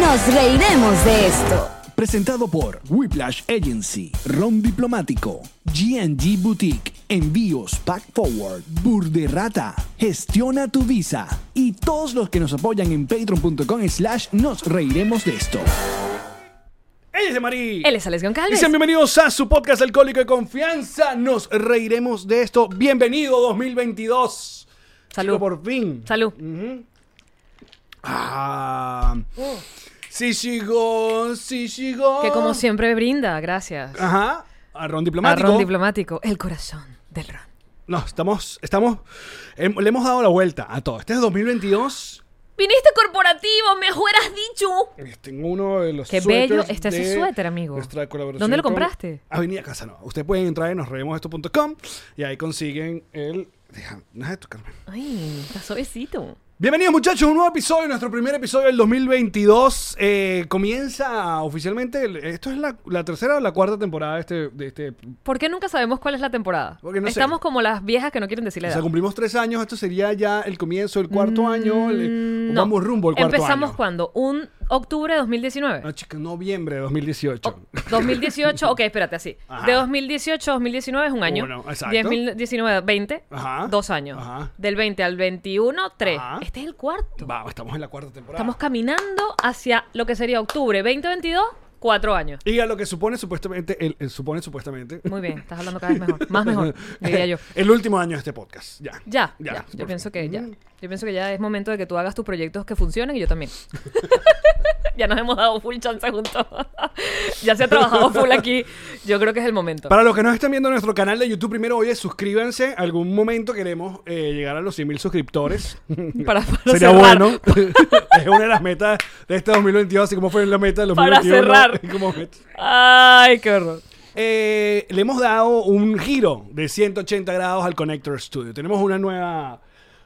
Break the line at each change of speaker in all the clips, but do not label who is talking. Nos reiremos de esto.
Presentado por Whiplash Agency, Ron Diplomático, GNG Boutique, Envíos Pack Forward, Burderrata, Gestiona tu Visa y todos los que nos apoyan en patreon.com slash nos reiremos de esto. ¡Ella es de Marí!
Él es Alex
Y
Goncalves.
sean bienvenidos a su podcast alcohólico de confianza. Nos reiremos de esto. Bienvenido 2022.
Salud.
Chico, por fin.
Salud.
Ah. Sí llegó, sí llegó.
Uh. Que como siempre brinda, gracias.
Ajá. A Ron
A
Oh. Diplomático.
Ron Diplomático, el corazón del Ron.
no, estamos, estamos, hem- le hemos dado la vuelta a todo. Este es 2022.
Viniste corporativo, me hubieras dicho.
Este, en uno de los
Qué
suéteres
bello está ese
de
suéter, amigo.
nuestra colaboración
¿Dónde lo
con
compraste?
Avenida Casanova. Ustedes pueden entrar en nosrevemosesto.com y ahí consiguen el... Deja, deja de tocarme.
Ay, está suavecito.
Bienvenidos muchachos a un nuevo episodio, nuestro primer episodio del 2022. Eh, comienza oficialmente, el- esto es la, la tercera o la cuarta temporada de este... De este
¿Por qué nunca sabemos cuál es la temporada?
Porque no sé.
Estamos como las viejas que no quieren decir
o
la edad.
sea, cumplimos tres años, esto sería ya el comienzo del cuarto año, el-
Mm, no.
vamos rumbo al cuarto
Empezamos
año. Ah,
cuando? Un octubre de 2019.
No, chica, noviembre de 2018.
Oh. 2018, ok, espérate, así.
Ajá.
De 2018 a 2019 es un año.
Uno, exacto.
2019, 20,
Ajá.
dos años.
Ajá.
Del 20 al 21, 3.
Ajá.
Este es el cuarto.
Vamos, estamos en la cuarta temporada.
Estamos caminando hacia lo que sería octubre 2022, cuatro años.
y a lo que supone supuestamente, el, el- supone supuestamente...
Muy bien, estás hablando cada vez mejor. Más mejor, diría yo.
el último año de este podcast, ya.
Ya,
Ya,
ya.
por
Yo
fin. Mm.
pienso que ya. Yo pienso que ya es momento de que tú hagas tus proyectos que funcionen y yo también. ya nos hemos dado full chance juntos. ya se ha trabajado full aquí. Yo creo que es el momento.
Para los que nos están viendo en nuestro canal de YouTube, primero, oye, suscríbanse. Algún momento queremos eh, llegar a los 100.000 suscriptores.
Para- para
Sería
cerrar.
bueno. es una de las metas de este 2022, así como fue la meta del
Para
2021.
cerrar.
Como meta.
Ay, qué horror.
Eh, le hemos dado un giro de 180 grados al Connector Studio. Tenemos una nueva,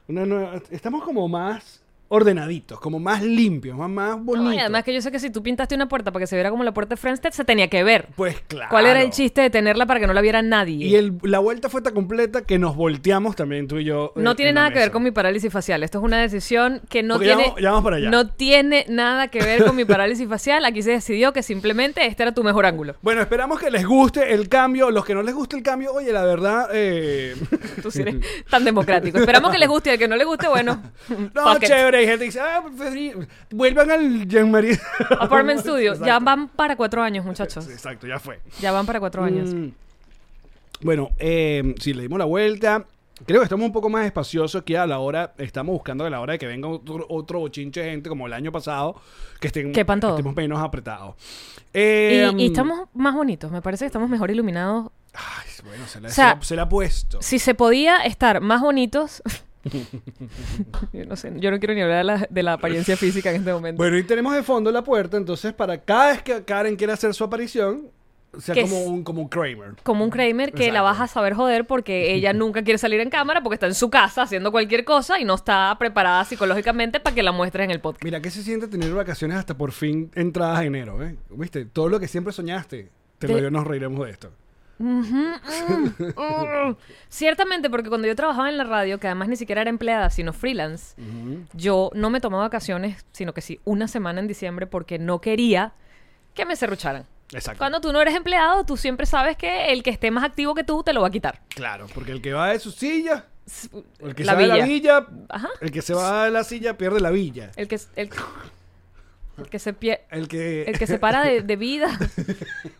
una nueva- Estamos como más ordenaditos, como más limpios, más, más bonitos.
No, y además que yo sé que si tú pintaste una puerta para que se viera como la puerta de Friendster, se tenía que ver.
Pues claro.
¿Cuál era el chiste de tenerla para que no la viera nadie?
Y el- la vuelta fue tan completa que nos volteamos también tú y yo. eh,
no tiene
en la
nada que ver
mesa.
con mi parálisis facial. Esto es una decisión que no
Ok, ya
tiene.
vamos- ya vamos para allá.
No tiene nada que ver con mi parálisis facial. Aquí se decidió que simplemente este era tu mejor ángulo.
Bueno, esperamos que les guste el cambio. Los que no les guste el cambio, oye, la verdad. Eh...
Tú sí eres tan democrático. Esperamos que les guste y al que no le guste, bueno.
No,
fuck it.
chévere. Hay gente que dice, ah, Fedri- vuelvan al Jean-Marie.
Apartment Studio.
Exacto.
Ya van para cuatro años, muchachos.
Exacto, ya fue.
Ya van para cuatro años.
Mm. Bueno, eh, si le dimos la vuelta, creo que estamos un poco más espaciosos que a la hora, estamos buscando a la hora de que venga otro, otro bochinche de gente como el año pasado, que, estén,
Quepan todos.
estemos menos apretados.
Y-
Eh,
y, estamos más bonitos. Me parece que estamos mejor iluminados.
ay, bueno, se la,
O sea,
se la- se la ha puesto.
Si se podía estar más bonitos. yo no sé. Yo no quiero ni hablar de la, de la apariencia física en este momento.
Bueno, y tenemos de fondo la puerta, entonces para cada vez que Karen quiera hacer su aparición, sea
Que
como
es-
un, como un Kramer.
como un Kramer que la
Exacto.
vas a saber joder porque ella nunca quiere salir en cámara porque está en su casa haciendo cualquier cosa y no está preparada psicológicamente para que la muestres en el podcast.
Mira, ¿qué se siente tener vacaciones hasta por fin entradas a enero? eh? ¿Viste? Todo lo que siempre soñaste, te lo
Te-
digo, nos reiremos de esto.
Ciertamente, porque cuando yo trabajaba en la radio, que además ni siquiera era empleada, sino freelance, yo no me tomaba vacaciones, sino que sí, una semana en diciembre porque no quería que me cerrucharan.
Exacto.
Cuando tú no eres empleado, tú siempre sabes que el que esté más activo que tú te lo va a quitar.
Claro, porque el que va de su silla, el que
La
se va de la villa,
Ajá.
el que se va de la silla pierde la villa.
El que, el, el que se pierde.
El que,
El que se para de, de vida.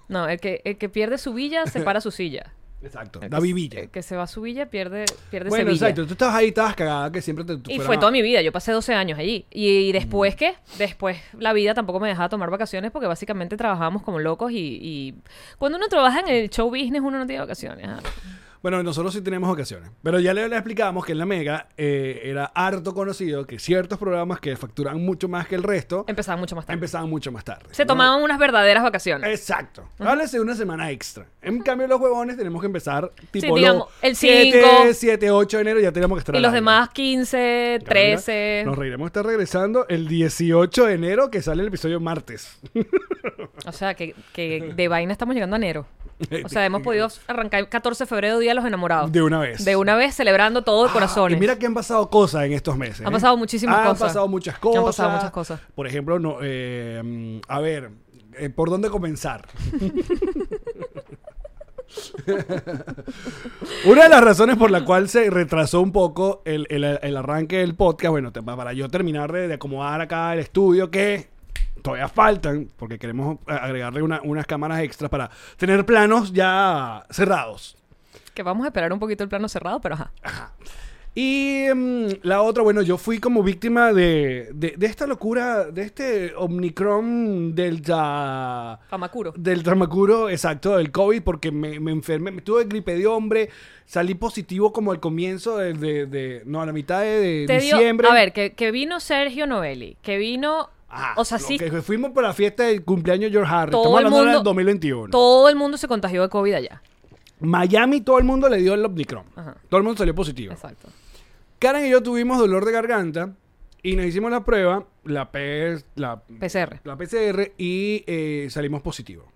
No, el que, el que pierde su villa se para su silla.
Exacto,
El
la
que-
vivilla.
El que se va a su villa pierde, pierde
Bueno,
Sevilla.
exacto, tú estabas ahí, estabas cagada que siempre te tú
Y
fuera
fue
más-
toda mi vida, yo pasé 12 años allí. ¿Y, después
Mm.
qué? Después la vida tampoco me dejaba tomar vacaciones porque básicamente trabajábamos como locos y, y cuando uno trabaja en el show business uno no tiene vacaciones. ah.
Bueno, nosotros sí tenemos ocasiones. Pero ya le, le explicamos que en la Mega eh, era harto conocido que ciertos programas que facturan mucho más que el resto
Empezaban mucho más tarde.
empezaban mucho más tarde.
Em, Se
¿no?
tomaban unas verdaderas vacaciones.
Exacto. Háblese de una semana extra. En cambio, los huevones tenemos que empezar tipo
digamos, el
7,
cinco.
7, 8 de enero ya tenemos que estar
y
al
los
aire.
demás 15,
Ya,
13.
Nos reiremos estar regresando el 18 de enero que sale el episodio martes.
O sea, que, que de vaina estamos llegando a enero. O sea, hemos podido arrancar 14 de febrero, Día de los Enamorados.
De una vez.
De una vez, celebrando todo de corazones.
Ah, Y mira que han pasado cosas en estos meses.
Han
¿eh?
pasado muchísimas
Han
cosas.
pasado muchas cosas.
Han pasado muchas cosas.
Por ejemplo, no, eh, mm, a ver, eh, ¿por dónde comenzar? Una de las razones por la cual se retrasó un poco el, el- el arranque del podcast, bueno, te- para yo terminar de, de acomodar acá el estudio, que todavía faltan, porque queremos eh, agregarle una- unas cámaras extras para tener planos ya cerrados.
Que vamos a esperar un poquito el plano cerrado, pero ajá.
Ah, Y mm, la otra, bueno, yo fui como víctima de, de, de esta locura, de este Omnicron Delta...
Pamakuro.
Del Tramacuro, exacto, del COVID, porque me, me enfermé, me tuve gripe de hombre, salí positivo como al comienzo de, de- de- no, a la mitad de, de
Te dio,
diciembre.
a ver, que, que vino Sergio Novelli, que vino...
Ajá,
o sea,
lo
sí,
que Ah, fuimos para la fiesta del cumpleaños de George Harris,
todo
estamos
el
hablando
mundo...
del 2021.
Todo el mundo se contagió de COVID allá.
Miami, todo el mundo le dio el Omnicron,
Ajá.
todo el mundo salió positivo.
Exacto.
Karen y yo tuvimos dolor de garganta y nos hicimos la prueba, la, P- la,
PCR.
la PCR, y eh, salimos positivos.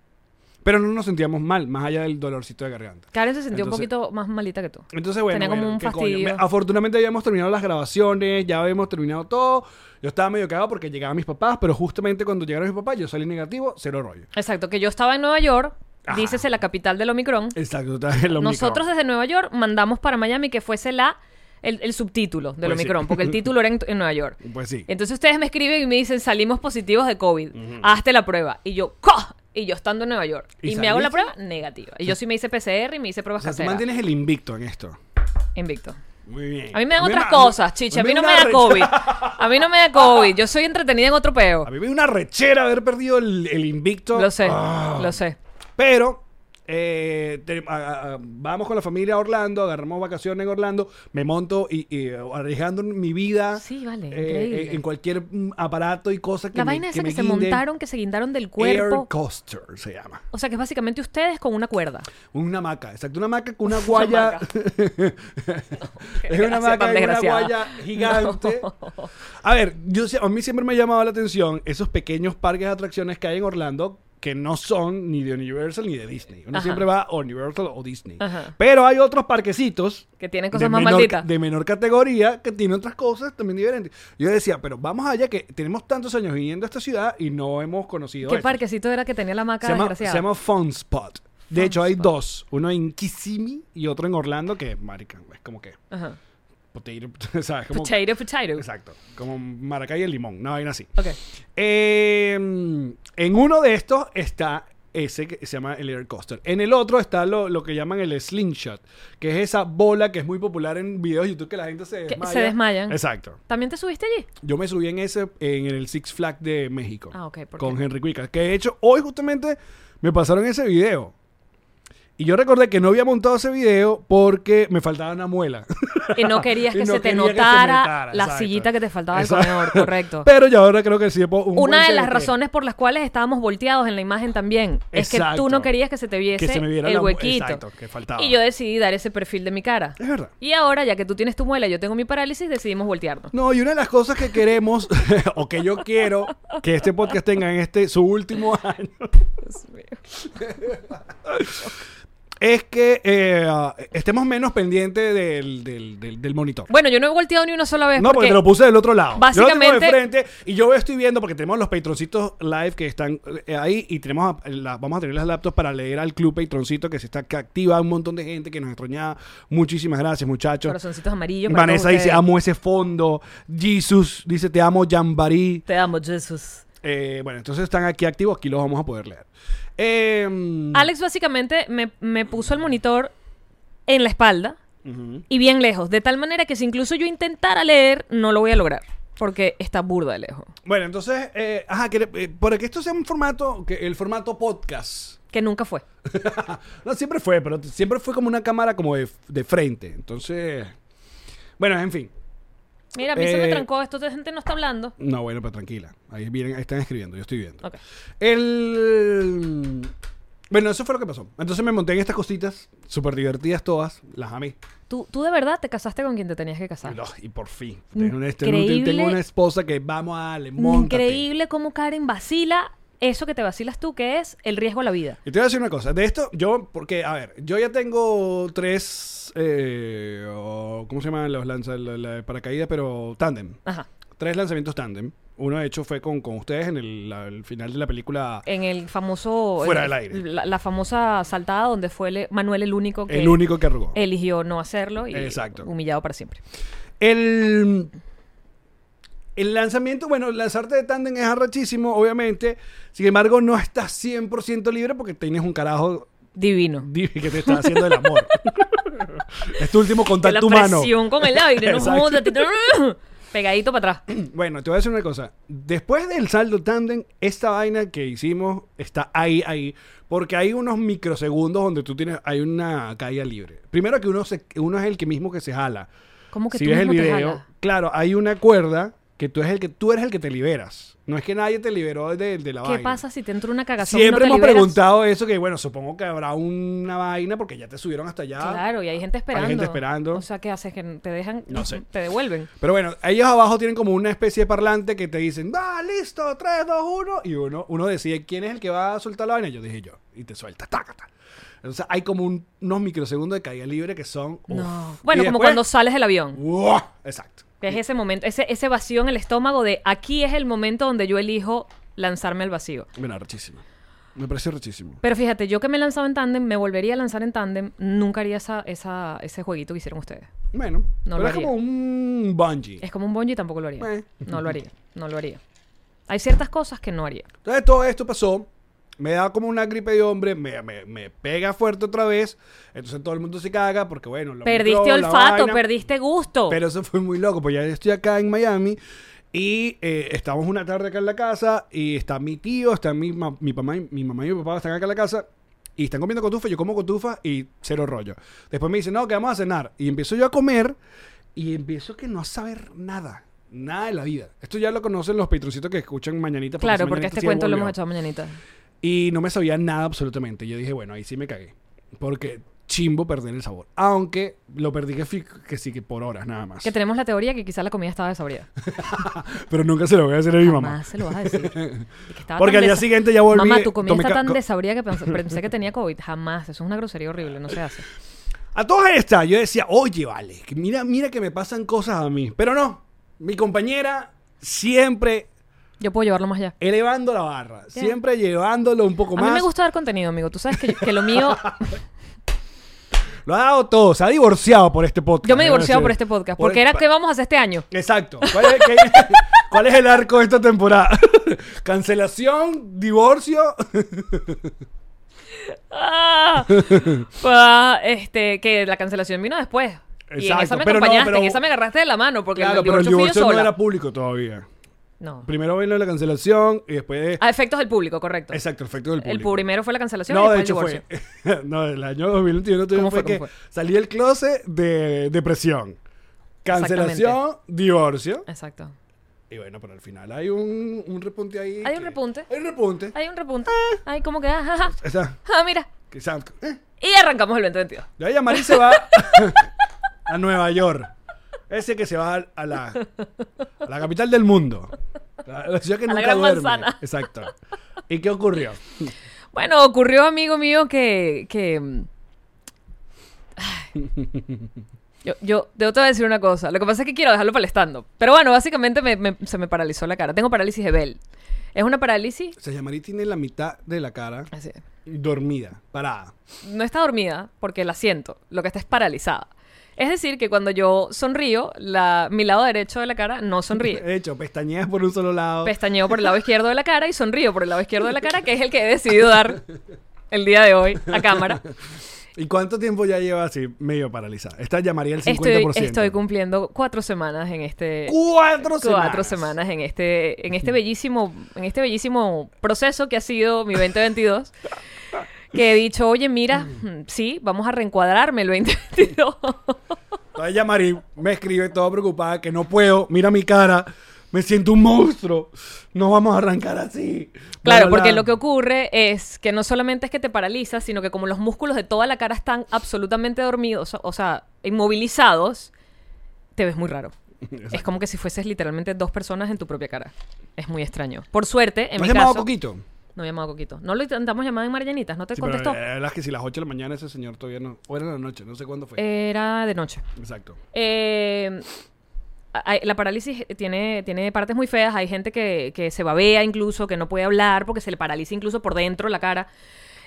Pero no nos sentíamos mal, más allá del dolorcito de garganta.
Karen se sintió
Entonces-
un poquito más malita que tú.
Entonces, bueno,
Tenía como
bueno,
un
¿qué coño?
fastidio.
Me- afortunadamente habíamos terminado las grabaciones, ya habíamos terminado todo. Yo estaba medio cagado porque llegaban mis papás, pero justamente cuando llegaron mis papás yo salí negativo, cero rollo.
Exacto, que yo estaba en Nueva York,
Ajá.
dícese la capital del Omicron.
Exacto, está en la
Nosotros
Omicron.
desde Nueva York mandamos para Miami que fuese la el, el subtítulo del
Pues sí.
Omicron, porque el título era en, en Nueva York.
Pues sí.
Entonces ustedes me escriben y me dicen, salimos positivos de COVID, hazte la prueba. Y yo, ¡co! Y yo estando en Nueva York.
¿Y
Y, me hago la
saliste?
prueba negativa. Y yo sí me hice PCR y me hice
O
pruebas
sea, tú
caseras.
mantienes el invicto en esto.
Invicto.
Muy bien.
A mí me dan otras
da-
cosas, chichi. A mí no
da
me da
una
COVID.
recha-
A mí no me da COVID. Yo soy entretenida en otro peo.
A mí me dio una rechera haber perdido el, el invicto.
Lo sé,
Ah.
lo sé.
Pero eh, te- a- a- vamos con la familia a Orlando, agarramos vacaciones en Orlando, me monto y, y, eh, arriesgando mi vida.
Sí, vale,
eh,
increíble.
eh, en cualquier mm, aparato y cosa que
La
me-
vaina esa
me
que se
guinde.
montaron, que se guindaron del
Air
cuerpo.
coaster se llama.
O sea, que es básicamente ustedes con una cuerda.
Una hamaca, exacto, una hamaca con una guaya.
hamaca.
es una
Gracias,
hamaca con
tan
una
desgraciada.
guaya gigante.
No.
A ver, yo sé- a mí siempre me ha llamado la atención esos pequeños parques de atracciones que hay en Orlando que no son ni de Universal ni de Disney. Uno
Ajá.
siempre va a Universal o Disney.
Ajá.
Pero hay otros parquecitos
Que tienen
de
cosas más
menor,
malditas.
de menor categoría que tienen otras cosas también diferentes. Yo decía, pero vamos allá que tenemos tantos años viniendo a esta ciudad y no hemos conocido
¿Qué
esos.
parquecito era que tenía la maca
Se llama, se
desgraciada?
llama Fun Spot. De
Fun
hecho, hay
Spot.
dos. Uno en Kissimmee y otro en Orlando que, marica, es como que...
Ajá.
potato, ¿sabes? Como-
Potato, potato.
Exacto. Como maracay y el limón. Una vaina así.
Ok.
Eh, en uno de estos está ese que se llama el air coaster. En el otro está lo, lo que llaman el slingshot, que es esa bola que es muy popular en videos de YouTube que la gente se
Que
desmaya.
se desmayan.
Exacto.
¿También te subiste allí?
Yo me subí en ese en el Six Flags de México
Ah, ok, ¿por
con
qué?
Henry Cuica, que de hecho hoy justamente me pasaron ese video. Y yo recordé que no había montado ese video porque me faltaba una muela.
Y no querías
Y
que
no
se te
quería que se me
notara
notara,
la
exacto.
sillita que te faltaba del
Exacto.
comedor, correcto.
Pero ya ahora creo que sí. po- E un buen
Una de las
CDT.
razones por las cuales estábamos volteados en la imagen también es que
Exacto.
tú no querías que se te viese
Que se me viera
el
la mu-
huequito.
exacto, que faltaba.
Y yo decidí dar ese perfil de mi cara.
Es verdad.
Y ahora, ya que tú tienes tu muela y yo tengo mi parálisis, decidimos voltearnos.
No, y una de las cosas que queremos, o que yo quiero, que este podcast tenga en este su último año, es que eh, estemos menos pendientes del, del- del- del monitor.
Bueno, yo no he volteado ni una sola vez.
no, porque, te lo puse del otro lado. Yo lo tengo de
básicamente-
frente y yo estoy viendo porque tenemos los patroncitos live que están eh, ahí y tenemos a- la- vamos a tener las laptops para leer al club patroncito que se está que activa un montón de gente que nos extrañaba. Muchísimas gracias, muchachos.
Corazoncitos amarillos. para
Vanessa
todos
dice,
ustedes.
amo ese fondo. Jesus dice, te amo, Jambarí.
Te amo, Jesús.
Eh, bueno, entonces están aquí activos, aquí los vamos a poder leer. Eh,
Alex básicamente me, me puso el monitor en la espalda y bien lejos, de tal manera que si incluso yo intentara leer, no lo voy a lograr, porque está burda de lejos.
Bueno, entonces, eh, ajá, que, eh, para que esto sea un formato, que el formato podcast.
Que nunca fue.
No, siempre fue, pero t- siempre fue como una cámara como de, de frente. Entonces, bueno, en fin.
Mira, a mí se me
Eh,
trancó, esto de gente no está hablando.
No, bueno, pero tranquila. Ahí vienen, ahí están escribiendo, yo estoy viendo.
Ok.
El... Bueno, eso fue lo que pasó. Entonces me monté en estas cositas, súper divertidas todas, las amé.
¿Tú, tú de verdad te casaste con quien te tenías que casar.
No, y por fin. Tengo una, tengo-
Increíble.
tengo una esposa que vamos a darle, móntate.
Increíble cómo Karen vacila eso que te vacilas tú, que es el riesgo a la vida.
Y te voy a decir una cosa. De esto, yo, porque, a ver, yo ya tengo tres. eh, o- ¿Cómo se llaman los lanzas? La, la de paracaídas, pero tándem.
Ajá.
Tres lanzamientos tándem. Uno, de hecho, fue con, con ustedes en el, la- el final de la película.
En el famoso...
Fuera
el-
del aire.
La, la famosa saltada donde fue el- Manuel el único que...
el único que arrugó.
Eligió no hacerlo y
Exacto.
humillado para siempre.
El, el lanzamiento, bueno, lanzarte de tándem es arrachísimo, obviamente. Sin embargo, no estás 100% libre porque tienes un carajo
Divino.
di- que te está haciendo el amor. es tu último
De la
contacto humano.
presión con el aire, no
Exacto.
jodas, te- Pegadito para atrás.
Bueno, te voy a decir una cosa. Después del saldo tándem, esta vaina que hicimos está ahí, ahí. Porque hay unos microsegundos donde tú tienes, hay una caída libre. Primero que uno, se- uno es el que mismo que se jala.
¿Cómo que
si
tú
ves el
mismo te
video,
jalas?
claro, hay una cuerda que tú eres el que tú eres el que te liberas. No es que nadie te liberó de, de la
¿Qué
vaina.
pasa si te entra una cagazón y no
Siempre
te
hemos
liberas?
preguntado eso que bueno, supongo que habrá una vaina porque ya te subieron hasta allá.
Claro, y hay gente esperando.
¿ah? Hay gente esperando.
O sea, ¿qué haces? ¿Que te dejan?
No sé.
Te devuelven.
Pero bueno, ellos abajo tienen como una especie de parlante que te dicen, "Ah, listo, 3 2 1" y uno uno decide quién es el que va a soltar la vaina. Yo dije yo y te suelta, taca, taca. Entonces hay como un- unos microsegundos de caída libre que son uf.
No.
Y
Bueno, como
después,
cuando sales del avión.
¡uah! Exacto.
Que es ese momento, ese, ese vacío en el estómago de aquí es el momento donde yo elijo lanzarme al vacío.
Bueno, rechísimo. Me pareció rechísimo.
Pero fíjate, yo que me he lanzado en tándem, me volvería a lanzar en tándem, nunca haría esa, esa, ese jueguito que hicieron ustedes.
Bueno,
No
pero
lo
es
haría.
como un bungee.
Es como un bungee, tampoco lo haría.
Eh.
No lo haría, no lo haría. Hay ciertas cosas que no haría.
Entonces todo esto pasó. Me da como una gripe de hombre, me, me- me pega fuerte otra vez. Entonces todo el mundo se caga porque, bueno, lo
Perdiste
micro, la
olfato,
vaina.
perdiste gusto.
Pero eso fue muy loco, pues ya estoy acá en Miami y eh, estamos una tarde acá en la casa y está mi tío, está mi, ma- mi, mamá, y- mi mamá y mi papá están acá en la casa y están comiendo cotufa, yo como cotufa y cero rollo. Después me dicen, no, que vamos a cenar. Y empiezo yo a comer y empiezo que no a saber nada, nada de la vida. Esto ya lo conocen los patroncitos que escuchan mañanita.
claro,
ese
porque
Mañanita
este
sí
cuento lo
volvió.
hemos hecho mañanita.
Y no me sabía nada absolutamente. Yo dije, bueno, ahí sí me cagué. Porque chimbo perder el sabor. Aunque lo perdí que, fi- que sí que por horas nada más.
Que tenemos la teoría que quizás la comida estaba desabrida.
Pero nunca se lo voy a decir a mi mamá.
Jamás se lo vas a decir. Y que estaba
Porque
tan
al día
desa-
siguiente ya volví,
Mamá, tu comida
tomé
está
ca-
tan
co-
desabrida que pensé, pensé que tenía COVID. Jamás. Eso es una grosería horrible. No se hace.
A todas estas, yo decía, oye, vale, que mira, mira que me pasan cosas a mí. Pero no, mi compañera siempre
Yo puedo llevarlo más allá.
elevando la barra, siempre llevándolo un poco
A
más.
mí me gusta dar contenido, amigo. Tú sabes que, que lo mío...
Lo ha dado todo, se ha divorciado por este podcast.
Yo me he
debo
divorciado
decir.
por este podcast.
Por-
Porque era,
pa-
¿qué vamos a hacer este año?
Exacto. ¿Cuál es, qué- cuál es el arco de esta temporada? Cancelación, divorcio.
Ah, ah, este, que la cancelación vino después. Y en
Exacto,
esa me
pero no,
acompañaste,
pero-
en esa me agarraste de la mano, porque
claro,
el
pero el
divorcio,
divorcio
fui yo
no
sola.
era público todavía.
No.
Primero vino la cancelación y después...
A efectos del público, correcto.
Exacto, el efecto del
Ah, El
público.
primero fue la cancelación y
No,
después
de
el
hecho
divorcio.
fue. no, el año 2021 tuvimos
¿Cómo
fue
fue?
que
¿Cómo fue?
salí del closet de depresión, cancelación, divorcio.
Exacto.
Y bueno, pero al final hay un, un repunte ahí.
Hay
que-
un repunte.
Hay un repunte.
Hay un repunto. Ay, ¿cómo queda? Ah, ah,
Está,
ah, mira.
quizás. eh.
Y arrancamos el 2022.
De ahí a Marí se va a Nueva York. Ese que se va a la, a la capital del mundo. La, la ciudad que
A la
nunca
Gran
duerme.
Manzana.
Exacto. ¿Y qué ocurrió?
Bueno, ocurrió, amigo mío, que. que mm, ay. yo, yo, yo te voy a decir una cosa. Lo que pasa es que quiero dejarlo para el stand-up. Pero bueno, básicamente me- me- se me paralizó la cara. Tengo parálisis de Bell. Es una parálisis.
O sea, Yamari tiene la mitad de la cara
así.
dormida, parada.
No está dormida porque la siento. Lo que está es paralizada. Es decir, que cuando yo sonrío, la, mi lado derecho de la cara no sonríe.
De hecho, pestañeas por un solo lado.
Pestañeo por el lado izquierdo de la cara y sonrío por el lado izquierdo de la cara, que es el que he decidido dar el día de hoy a cámara.
¿Y cuánto tiempo ya lleva así medio paralizada? Esta llamaría el 50%.
Estoy, estoy cumpliendo cuatro semanas en este.
Cuatro semanas. Mm.
Cuatro semanas en este, en este bellísimo, en este bellísimo proceso que ha sido mi 2022. que he dicho, oye, mira, mm, sí, vamos a reencuadrarme el 2022.
Entonces Yamari me escribe toda preocupada que no puedo, mira mi cara, me siento un monstruo, no vamos a arrancar así.
claro,
Bla, bla,
porque
bla.
lo que ocurre es que no solamente es que te paralizas, sino que como los músculos de toda la cara están absolutamente dormidos, o sea, inmovilizados, te ves muy raro. Es como que si fueses literalmente dos personas en tu propia cara. Es muy extraño. Por suerte, en
¿No
mi
has llamado a
caso-
Coquito?
No me llamado Coquito. No lo intentamos llamar en Marianitas, no te
Sí, pero eh,
contestó.
la verdad es que si las 8 de la mañana ese señor todavía no. O era la noche, no sé cuándo fue.
Eh, Era de noche.
Exacto.
Eh, a- a- la parálisis tiene, tiene partes muy feas. Hay gente que, que se babea incluso, que no puede hablar porque se le paraliza incluso por dentro la cara.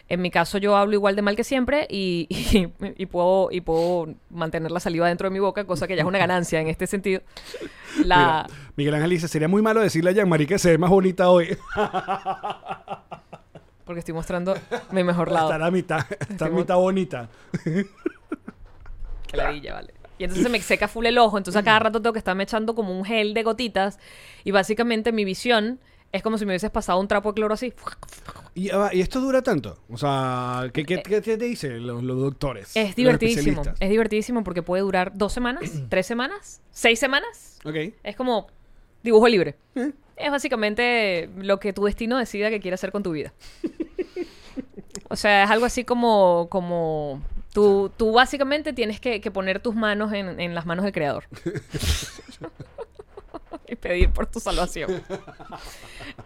En mi caso yo hablo igual de mal que siempre y, y- y puedo, y puedo mantener la saliva dentro de mi boca, cosa que ya es una ganancia en este sentido. La,
Mira, Miguel Ángel dice: sería muy malo decirle a Jean-Marie que se ve más bonita hoy.
porque estoy mostrando mi mejor lado.
Está a la mitad. Está a
Estoy
mitad bonita.
Que ladilla, vale. Y entonces se me seca full el ojo, entonces a cada rato tengo que estarme echando como un gel de gotitas y básicamente mi visión es como si me hubieses pasado un trapo de cloro así.
Y, ah, ¿y esto dura tanto. O sea, ¿qué, qué- qué te dicen los, los doctores?
Eh, Es
Los
divertidísimo.
especialistas?
Es divertidísimo porque puede durar dos semanas, tres semanas, seis semanas.
Ok.
Es como dibujo libre. Es básicamente lo que tu destino decida que quiere hacer con tu vida. o sea, es algo así como, como tú, tú básicamente tienes que, que poner tus manos en, en las manos del creador. y pedir por tu salvación.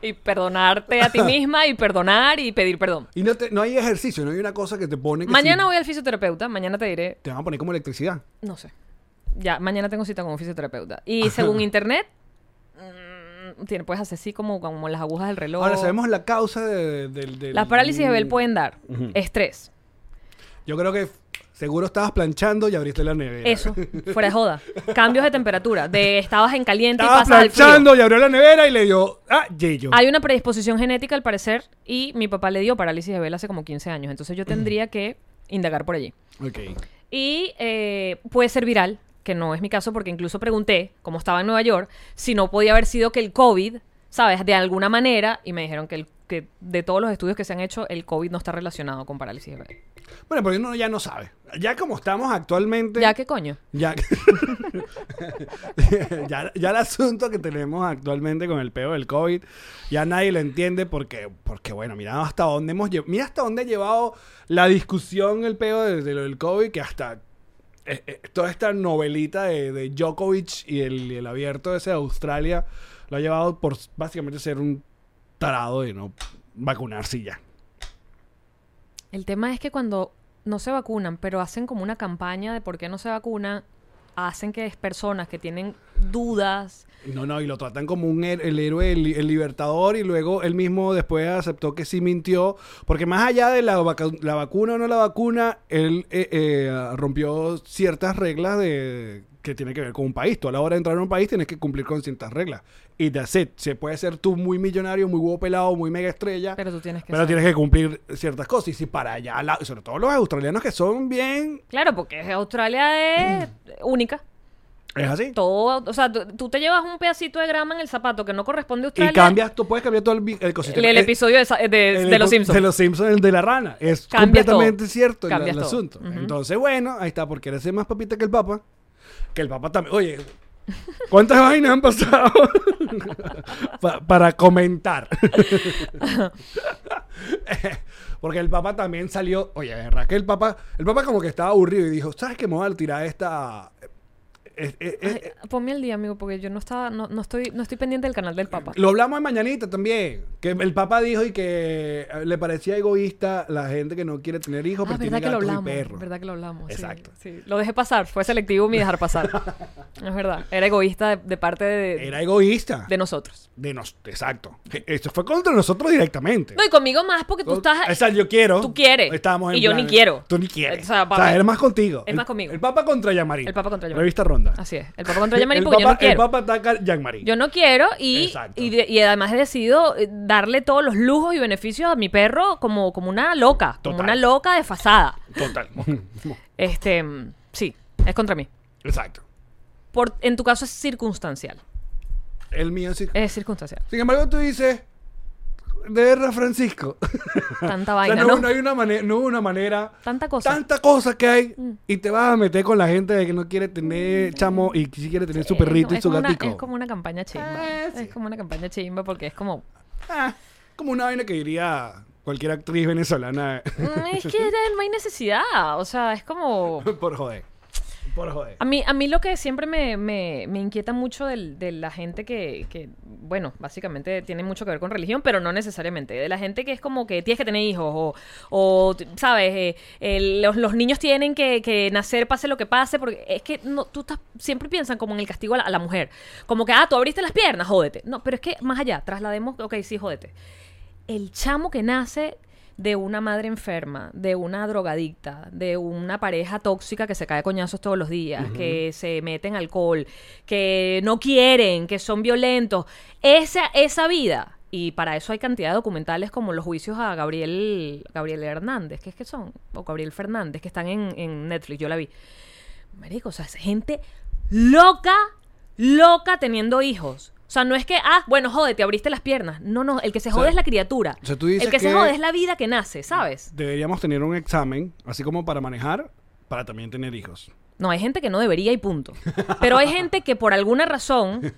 y perdonarte a ti misma y perdonar y pedir perdón.
Y no, te- no hay ejercicio, no hay una cosa que te pone. Que
Mañana
si-
voy al fisioterapeuta, mañana te diré
Te van a poner como electricidad.
no sé. Ya, mañana tengo cita con un fisioterapeuta. Y según internet, mm, tiene- puedes hacer así como, como las agujas del reloj.
Ahora sabemos la causa de- del. del-
Las parálisis de Bell
del-
pueden dar estrés.
Yo creo que seguro estabas planchando y abriste la nevera.
Eso, fuera de joda. Cambios de temperatura. De estabas en caliente y
Estaba
pasas al frío.
planchando y abrió la nevera y le dio. Ah, Yeyo.
Hay una predisposición genética al parecer y mi papá le dio parálisis de Bell hace como 15 años. Entonces yo tendría que indagar por allí.
Ok.
Y eh, puede ser viral, que no es mi caso, porque incluso pregunté, como estaba en Nueva York, si no podía haber sido que el COVID, ¿sabes? De alguna manera, y me dijeron que, el, que de todos los estudios que se han hecho, el COVID no está relacionado con parálisis cerebral.
Bueno, pero uno ya no sabe. Ya como estamos actualmente.
¿Ya qué coño?
Ya, ya, ya el asunto que tenemos actualmente con el peo del COVID, ya nadie lo entiende porque, porque bueno, mira hasta dónde hemos lle- mira hasta dónde ha llevado la discusión el peo de, de lo del COVID, que hasta eh, eh, toda esta novelita de, de Djokovic y el, y el abierto ese de Australia lo ha llevado por básicamente ser un tarado de no vacunarse y ya.
El tema es que cuando no se vacunan, pero hacen como una campaña de por qué no se vacunan, hacen que es personas que tienen dudas,
No, no, y lo tratan como un her- el héroe, el, li- el libertador, y luego él mismo después aceptó que sí mintió, porque más allá de la, vaca- la vacuna o no la vacuna, él eh, eh, rompió ciertas reglas de que tiene que ver con un país. Tú a la hora de entrar a un país tienes que cumplir con ciertas reglas. Y that's it. Se puede ser tú muy millonario, muy huevo pelado, muy mega estrella, pero,
pero tú tienes que... saber.
tienes que cumplir ciertas cosas. Y si para allá, la- sobre todo los australianos que son bien...
Claro, porque Australia es única.
Es así.
todo, o sea, tú, tú te llevas un pedacito de grama en el zapato que no corresponde a Australia.
Y cambias, tú puedes cambiar todo el, vi- el
el,
ecosistema.
el
Eh,
episodio de, sa- de- de
El epo-
Los
De
Simpsons.
los Simpsons, el de la rana. Es
Cambia
completamente
todo.
cierto el-
Cambias
el,
todo.
asunto.
Ujú.
Entonces, bueno, ahí está, porque eres más papita que el Papa. Que el Papa también. Oye, ¿cuántas vainas han pasado? Pa- para comentar. porque el Papa también salió. Oye, de verdad que el Papa. El Papa como que estaba aburrido y dijo: ¿Sabes qué? Me voy a tirar esta. eh, es- es- es-
Ay, ponme al día, amigo, porque yo no estaba, no, no estoy, no estoy pendiente del canal del Papa.
Lo hablamos en Mañanita también. Que el Papa dijo y que eh, le parecía egoísta la gente que no quiere tener hijos,
Ah,
pero tiene
verdad que lo
gatos y
hablamos,
perros.
verdad que lo hablamos. sí,
Exacto.
sí. Lo dejé pasar, fue selectivo mi dejar pasar. es verdad, era egoísta de, de parte de,
Era egoísta.
de nosotros.
De nos- exacto. Que Esto fue contra nosotros directamente.
No, y conmigo más porque tú estás...
O sea, yo quiero.
Tú quieres.
Estábamos en
Y yo
plan-
ni quiero.
Tú ni quieres.
O
O
sea,
sea,
papá-
era más contigo.
Es más conmigo.
El Papa contra Yamari.
El Papa contra Jean-Marie.
Revista Ronda.
Así es, el Papa contra Yamari
el,
porque
Papa,
yo no quiero.
el Papa ataca a Yamari.
Yo no quiero y,
Exacto.
y, de- y además he decidido eh, darle todos los lujos y beneficios a mi perro como, como una loca, como
Total.
una loca desfasada.
Total.
Este, mm, sí, es contra mí.
exacto.
Por, en tu caso es circunstancial.
El mío sí.
Es circunstancial.
Sin embargo, tú dices. De verdad, Francisco.
Tanta
O sea,
vaina,
no,
¿no?
no hay una manera, no hubo una manera.
Tanta cosa. Mm.
Tanta cosa que hay. Y te vas a meter con la gente de que no quiere tener chamo y que sí quiere tener su
Eh,
perrito
no,
y
Mm. es
su
como una-
gatico.
es como una campaña chimba.
Eh, sí.
Es como una campaña chimba porque es como...
Ah, como una vaina que diría cualquier actriz venezolana
mm, Es que no hay necesidad. O sea, es como...
por joder. Por joder.
A mí, a mí lo que siempre me, me- me inquieta mucho del- de la gente que, que, bueno, básicamente tiene mucho que ver con religión, pero no necesariamente. De la gente que es como que tienes que tener hijos o, o, t- ¿sabes? Eh, el- los, los niños tienen que, que nacer pase lo que pase, porque es que no, tú estás, siempre piensan como en el castigo a la, a la mujer. Como que, ah, tú abriste las piernas, jódete. No, pero es que más allá, traslademos, ok, sí, jódete el chamo que nace de una madre enferma, de una drogadicta, de una pareja tóxica que se cae a coñazos todos los días, que se mete en alcohol, que no quieren, que son violentos. Esa, esa vida. Y para eso hay cantidad de documentales como los juicios a Gabriel, Gabriel Hernández, que es que son, o Gabriel Fernández, que están en, en Netflix, yo la vi. Marico, o sea, es gente loca, loca teniendo hijos. O sea, no es que, ah, bueno, jode, te abriste las piernas. No, no, el que se jode
sea,
es la criatura.
o sea, tú dices
el que, se
que-
jode es la vida que nace, ¿sabes?
Deberíamos tener un examen, así como para manejar, para también tener hijos.
No, hay gente que no debería y punto. Pero hay gente que por alguna razón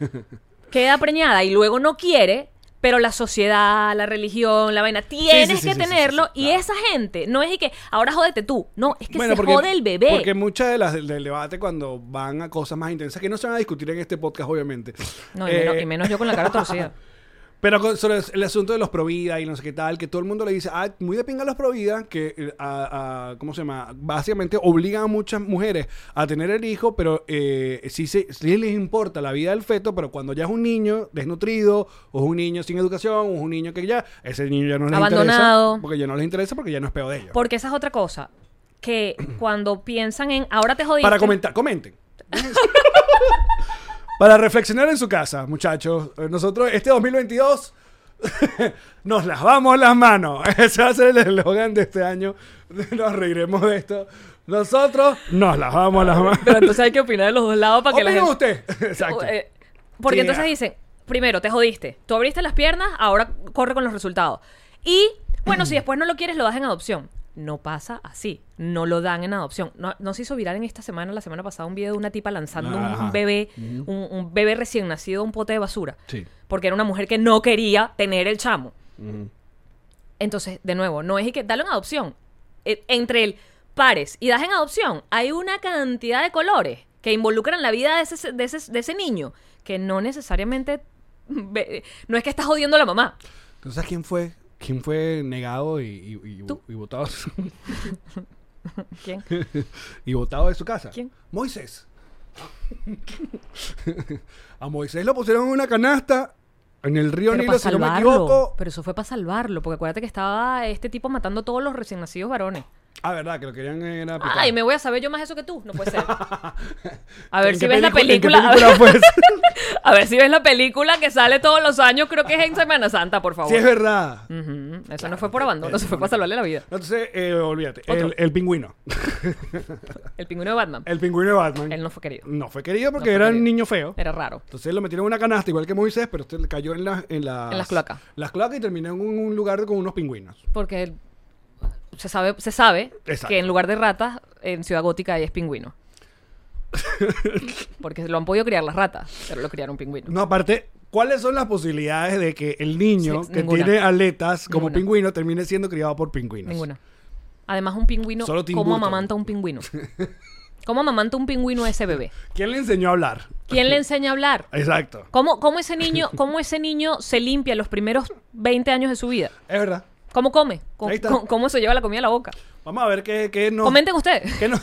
queda preñada y luego no quiere, pero la sociedad, la religión, la vaina, tienes
sí, sí,
que
sí,
tenerlo.
sí, sí,
y
claro.
esa gente no es y que, ahora jódete tú. No, es que se jode el bebé.
Porque muchas de las del, del debate cuando van a cosas más intensas, que no se van a discutir en este podcast, obviamente.
No, y menos,
Eh,
y menos yo con la cara torcida.
Pero con- sobre el asunto de los provida y no sé qué tal, que todo el mundo le dice, ah, muy de pinga los provida, que, eh, a- a- ¿cómo se llama? Básicamente obligan a muchas mujeres a tener el hijo, pero eh, sí, se- sí les importa la vida del feto, pero cuando ya es un niño desnutrido, o es un niño sin educación, o es un niño que ya, ese niño ya no les
Abandonado.
interesa. Porque ya no les interesa, porque ya no es peor de ellos.
Porque esa es otra cosa. Que cuando piensan en ahora te jodiste.
Para comentar, comenten. Para reflexionar en su casa, muchachos. Eh, Nosotros, este 2022, nos las vamos las manos. Ese va a ser el eslogan de este año. Nos reiremos de esto. Nosotros nos las vamos las manos.
Pero entonces hay que opinar de los dos lados para que la
Opinen
gente.
usted. Exacto.
Eh, porque
Sí,
entonces
ah.
dicen, primero, te jodiste. Tú abriste las piernas, ahora corre con los resultados. Y, bueno, si después no lo quieres, lo das en adopción. No pasa así. No lo dan en adopción. No, no se hizo viral en esta semana, la semana pasada, un video de una tipa lanzando un-
Ajá.
un bebé, un, un bebé recién nacido a un pote de basura.
Sí.
Porque era una mujer que no quería tener el chamo. Entonces, de nuevo, no es y que dalo en adopción. Eh, entre el pares y das en adopción, hay una cantidad de colores que involucran la vida de ese, de ese, de ese niño que no necesariamente. ve- No es que estás jodiendo a la mamá.
¿Tú sabes quién fue? ¿Quién fue negado y, y, y-
Tú.
y votado?
¿Quién?
y votado de su casa.
¿Quién?
Moisés. a Moisés lo pusieron en una canasta en el río
Pero
Nilo,
para
si no me
salvarlo.
equivoco.
Pero eso fue para salvarlo. Porque acuérdate que estaba este tipo matando a todos los recién nacidos varones.
Ah, verdad, que lo querían era picar.
Ay, me voy a saber yo más eso que tú. No puede ser. A ver
¿En
si
qué
ves la
pelicu- en qué
película. a ver-
película fue eso?
A ver si ves la película que sale todos los años, creo que es en Semana Santa, por favor. Mm.
sí, es verdad.
Ujú, Eso no fue por abandono, se fue para salvarle la vida.
Entonces, eh, olvídate.
Otro.
El, el pingüino.
El pingüino de Batman.
El pingüino de Batman.
Él no fue querido.
Eh, No fue querido porque
No fue
era un
querido.
niño feo.
Era raro.
Entonces lo metieron en una canasta, igual que Moisés, pero este cayó en, las en, las,
En las cloacas.
Las cloacas y terminó en un, un lugar con unos pingüinos.
Porque él- se sabe, se sabe
Exacto.
que en lugar de ratas, en Ciudad Gótica ahí es pingüino. Porque lo han podido criar las ratas, pero lo criaron pingüino.
No, aparte, ¿cuáles son las posibilidades de que el niño
Sí,
que
ninguna.
tiene aletas como
Ninguna.
pingüino termine siendo criado por pingüinos?
Ninguna. Además, un pingüino,
Solo Tim
¿cómo
Burton.
amamanta un pingüino? ¿Cómo amamanta un pingüino a ese bebé?
¿Quién le enseñó a hablar?
¿Quién le enseña a hablar?
Exacto.
¿Cómo, cómo ese niño, ¿Cómo ese niño se limpia los primeros 20 años de su vida?
Es verdad.
¿Cómo come? ¿Cómo,
Ahí está.
cómo- cómo se lleva la comida a la boca?
Vamos a ver qué, qué nos...
Comenten ustedes.
Que no.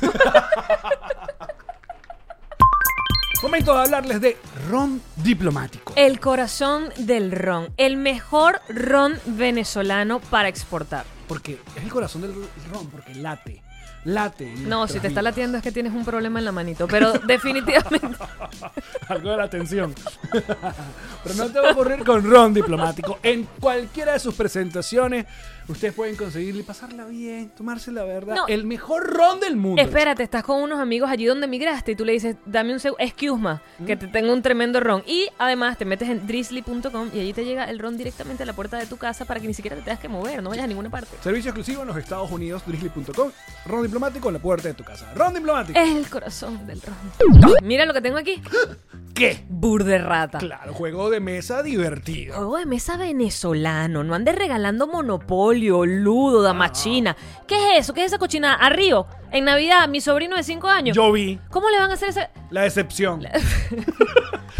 Momento de hablarles de ron diplomático.
El corazón del ron, el mejor ron venezolano para exportar.
Porque es el corazón del ron, porque late. Late. en
No,
nuestras
si te está
vidas.
latiendo es que tienes un problema en la manito, pero definitivamente
Algo de la atención. Pero no te va a ocurrir con ron diplomático. En cualquiera de sus presentaciones, ustedes pueden conseguirle pasarla bien, tomarse la verdad.
No.
El mejor ron del mundo.
Espérate, estás con unos amigos allí donde migraste y tú le dices, dame un segundo, excuse me,
Mm.
que te tengo un tremendo ron. Y además te metes en drizzly.com y allí te llega el ron directamente a la puerta de tu casa para que ni siquiera te tengas que mover, no vayas a ninguna parte.
Servicio exclusivo en los Estados Unidos, drizzly.com. Ron
Eh.
diplomático en la puerta de tu casa. Ron diplomático.
Es el corazón del ron. Mira lo que tengo aquí.
qué?
Burde rata.
Claro, juego de mesa divertido.
Juego de mesa venezolano, no andes regalando monopolio, ludo, damachina.
Ah.
¿Qué es eso? ¿Qué es esa cochina? Arriba, en Navidad, mi sobrino de 5 años.
Yo vi
¿Cómo le van a hacer ese?
la decepción.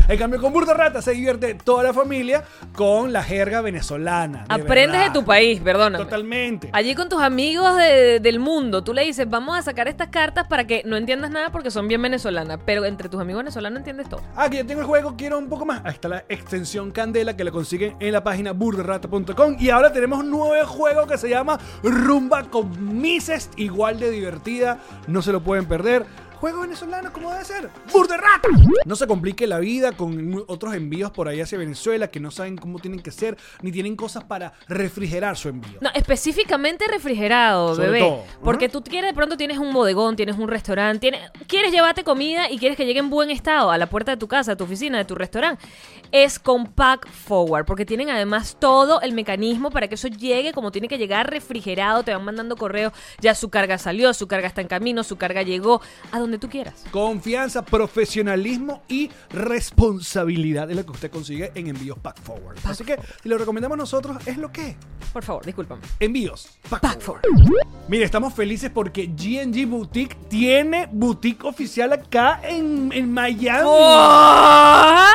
en cambio, con Burda Rata se divierte toda la familia con la jerga venezolana. de
Aprendes de
verdad.
tu país, perdóname.
Totalmente.
Allí con tus amigos de- del mundo, tú le dices, vamos a sacar estas cartas para que no entiendas nada porque son bien venezolanas, pero entre tus amigos venezolanos entiendes todo.
Ah, que yo tengo el juego, quiero un poco más. Ahí está la extensión Candela que la consiguen en la página burderrata.com. Y ahora tenemos un nuevo juego que se llama Rumba con Mises, igual de divertida, no se lo pueden perder. Juego venezolano, como debe ser. ¡Burderrata! No se complique la vida con mu- otros envíos por ahí hacia Venezuela que no saben cómo tienen que ser, ni tienen cosas para refrigerar su envío.
No, específicamente refrigerado,
Sobre
bebé.
todo.
Porque
Ujú.
tú quieres, de pronto tienes un bodegón, tienes un restaurante, tienes, quieres llevarte comida y quieres que llegue en buen estado a la puerta de tu casa, a tu oficina, de tu restaurante. Es con Pack Forward, porque tienen además todo el mecanismo para que eso llegue como tiene que llegar refrigerado, te van mandando correos, ya su carga salió, su carga está en camino, su carga llegó, a donde tú quieras.
Confianza, profesionalismo y responsabilidad es lo que usted consigue en envíos Pack Forward. Así que si lo recomendamos nosotros, es lo que es.
Por favor, discúlpame.
Envíos. Pack
Pack
Forward.
Forward.
Mire, estamos felices porque GNG Boutique tiene boutique oficial acá en, en Miami. Oh.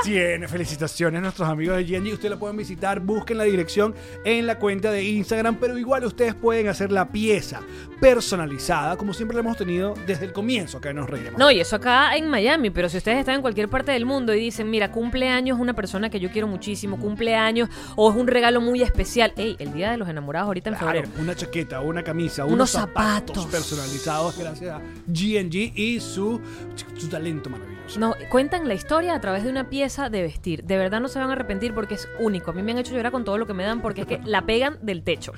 Tiene felicitaciones a nuestros amigos de GNG. Ustedes la pueden visitar, busquen la dirección en la cuenta de Instagram, pero igual ustedes pueden hacer la pieza personalizada, como siempre la hemos tenido desde el comienzo, que nos reiremos.
No, y eso acá en Miami, pero si ustedes están en cualquier parte del mundo y dicen, mira, cumpleaños una persona que yo quiero muchísimo, cumpleaños o es un regalo muy especial. Ey, el Día de los Enamorados ahorita en
Claro,
febrero.
una chaqueta, una camisa, unos,
Unos
zapatos,
zapatos.
personalizados gracias a GNG y su, su talento maravilloso.
No, cuentan la historia a través de una pieza de vestir. De verdad no se van a arrepentir porque es único. A mí me han hecho llorar con todo lo que me dan porque es que la pegan del techo.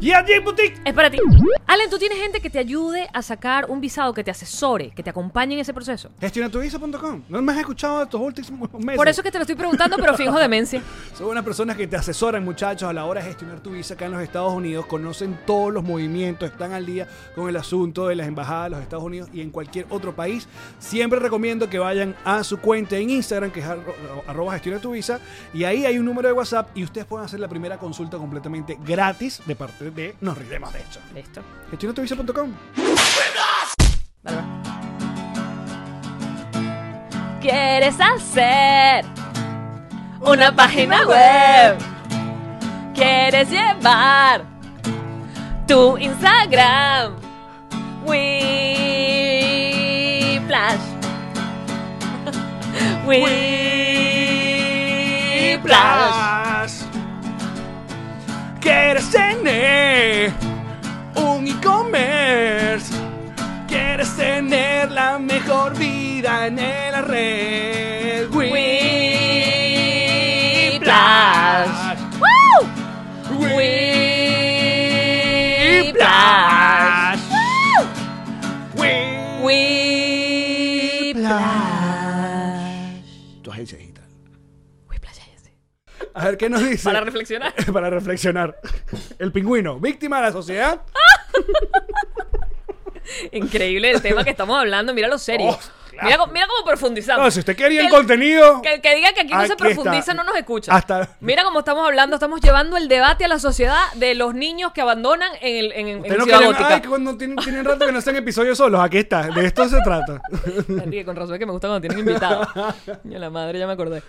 GNG Boutique.
Es para ti. Allen, tú tienes gente que te ayude a sacar un visado, que te asesore, que te acompañe en ese proceso.
Gestionatuvisa.com. No me has escuchado estos últimos meses.
Por eso es que te lo estoy preguntando, pero fijo demencia.
Son unas personas que te asesoran, muchachos, a la hora de gestionar tu visa acá en los Estados Unidos. Conocen todos los movimientos, están al día con el asunto de las embajadas de los Estados Unidos y en cualquier otro país. Siempre recomiendo que vayan a su cuenta en Instagram, que es arro- arroba gestiona tu visa. Y ahí hay un número de WhatsApp y ustedes pueden hacer la primera consulta completamente gratis de parte de Nos Riremos de hecho.
Listo.
Gestionatuvisa.com.
Dale, va. ¿Quieres hacer una página web? ¿Quieres llevar tu Instagram? Whiplash. Whiplash.
Quieres tener un e-commerce. Quieres tener la mejor vida en la red.
Whiplash. ¡Woo! Whiplash. Whiplash.
Tu agencia digital.
Whiplash, ya sé.
A ver qué nos dice.
Para reflexionar.
Para reflexionar. El pingüino, víctima de la sociedad.
Increíble el tema que estamos hablando. Mira lo serio.
Oh, claro.
mira, cómo- mira cómo profundizamos.
No, si usted quería
Que
el
Ah, el-
contenido.
que el que diga que aquí no se
Aquí
profundiza
está.
no nos escucha.
Hasta-
Mira cómo estamos hablando. Estamos llevando el debate a la sociedad de los niños que abandonan en, el, en, en
Usted no
Ciudad
quería-
Gótica.
Ay, que cuando tienen, tienen rato que no hacen episodios solos. Aquí está. De esto se trata.
Enrique, con razón es que me gusta cuando tienen invitados. Yo la madre, ya me acordé.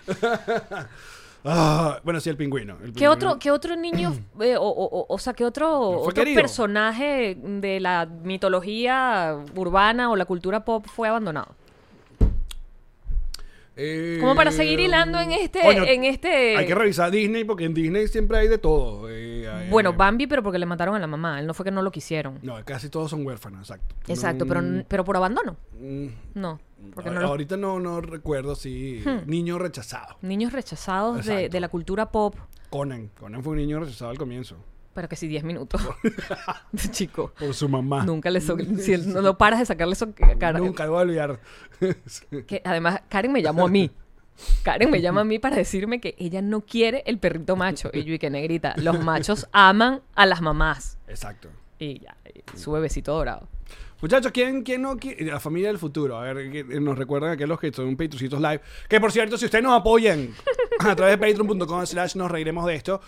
Ah, bueno, sí, el pingüino. el
¿Qué
pingüino.
otro, ¿Qué otro niño, eh, o, o- o- o sea, qué otro,
Fue
otro
querido.
personaje de la mitología urbana o la cultura pop fue abandonado?
Eh,
Como para seguir hilando en este- en este-
Hay que revisar Disney porque en Disney siempre hay de todo. eh, hay-
Bueno,
eh,
Bambi, pero porque le mataron a la mamá. Él no fue que no lo quisieron.
No, casi todos son huérfanos, exacto.
Exacto,
No,
pero,
mm,
pero por abandono.
mm,
No. Porque
a-
no Hmm. los
Ahorita no, no recuerdo si. Niño rechazado.
niños rechazados de,
Exacto.
de la cultura pop.
Conan. Conan fue un niño rechazado al comienzo.
Pero que si 10 minutos. Chico,
Por su mamá.
nunca le... so- si él no, no paras de sacarle eso cara.
Nunca lo voy a olvidar.
Que además, Karen me llamó a mí. Karen me llama a mí para decirme que ella no quiere el perrito macho. Y yo, y que negrita, los machos aman a las mamás.
exacto.
Y ya, y su bebecito dorado.
Muchachos, ¿quién, quién no qui- La familia del futuro. A ver, que- eh, nos recuerdan aquellos que son Patrioncitos Live. Que por cierto, si ustedes nos apoyan a través de patreon.com slash nos reiremos de esto,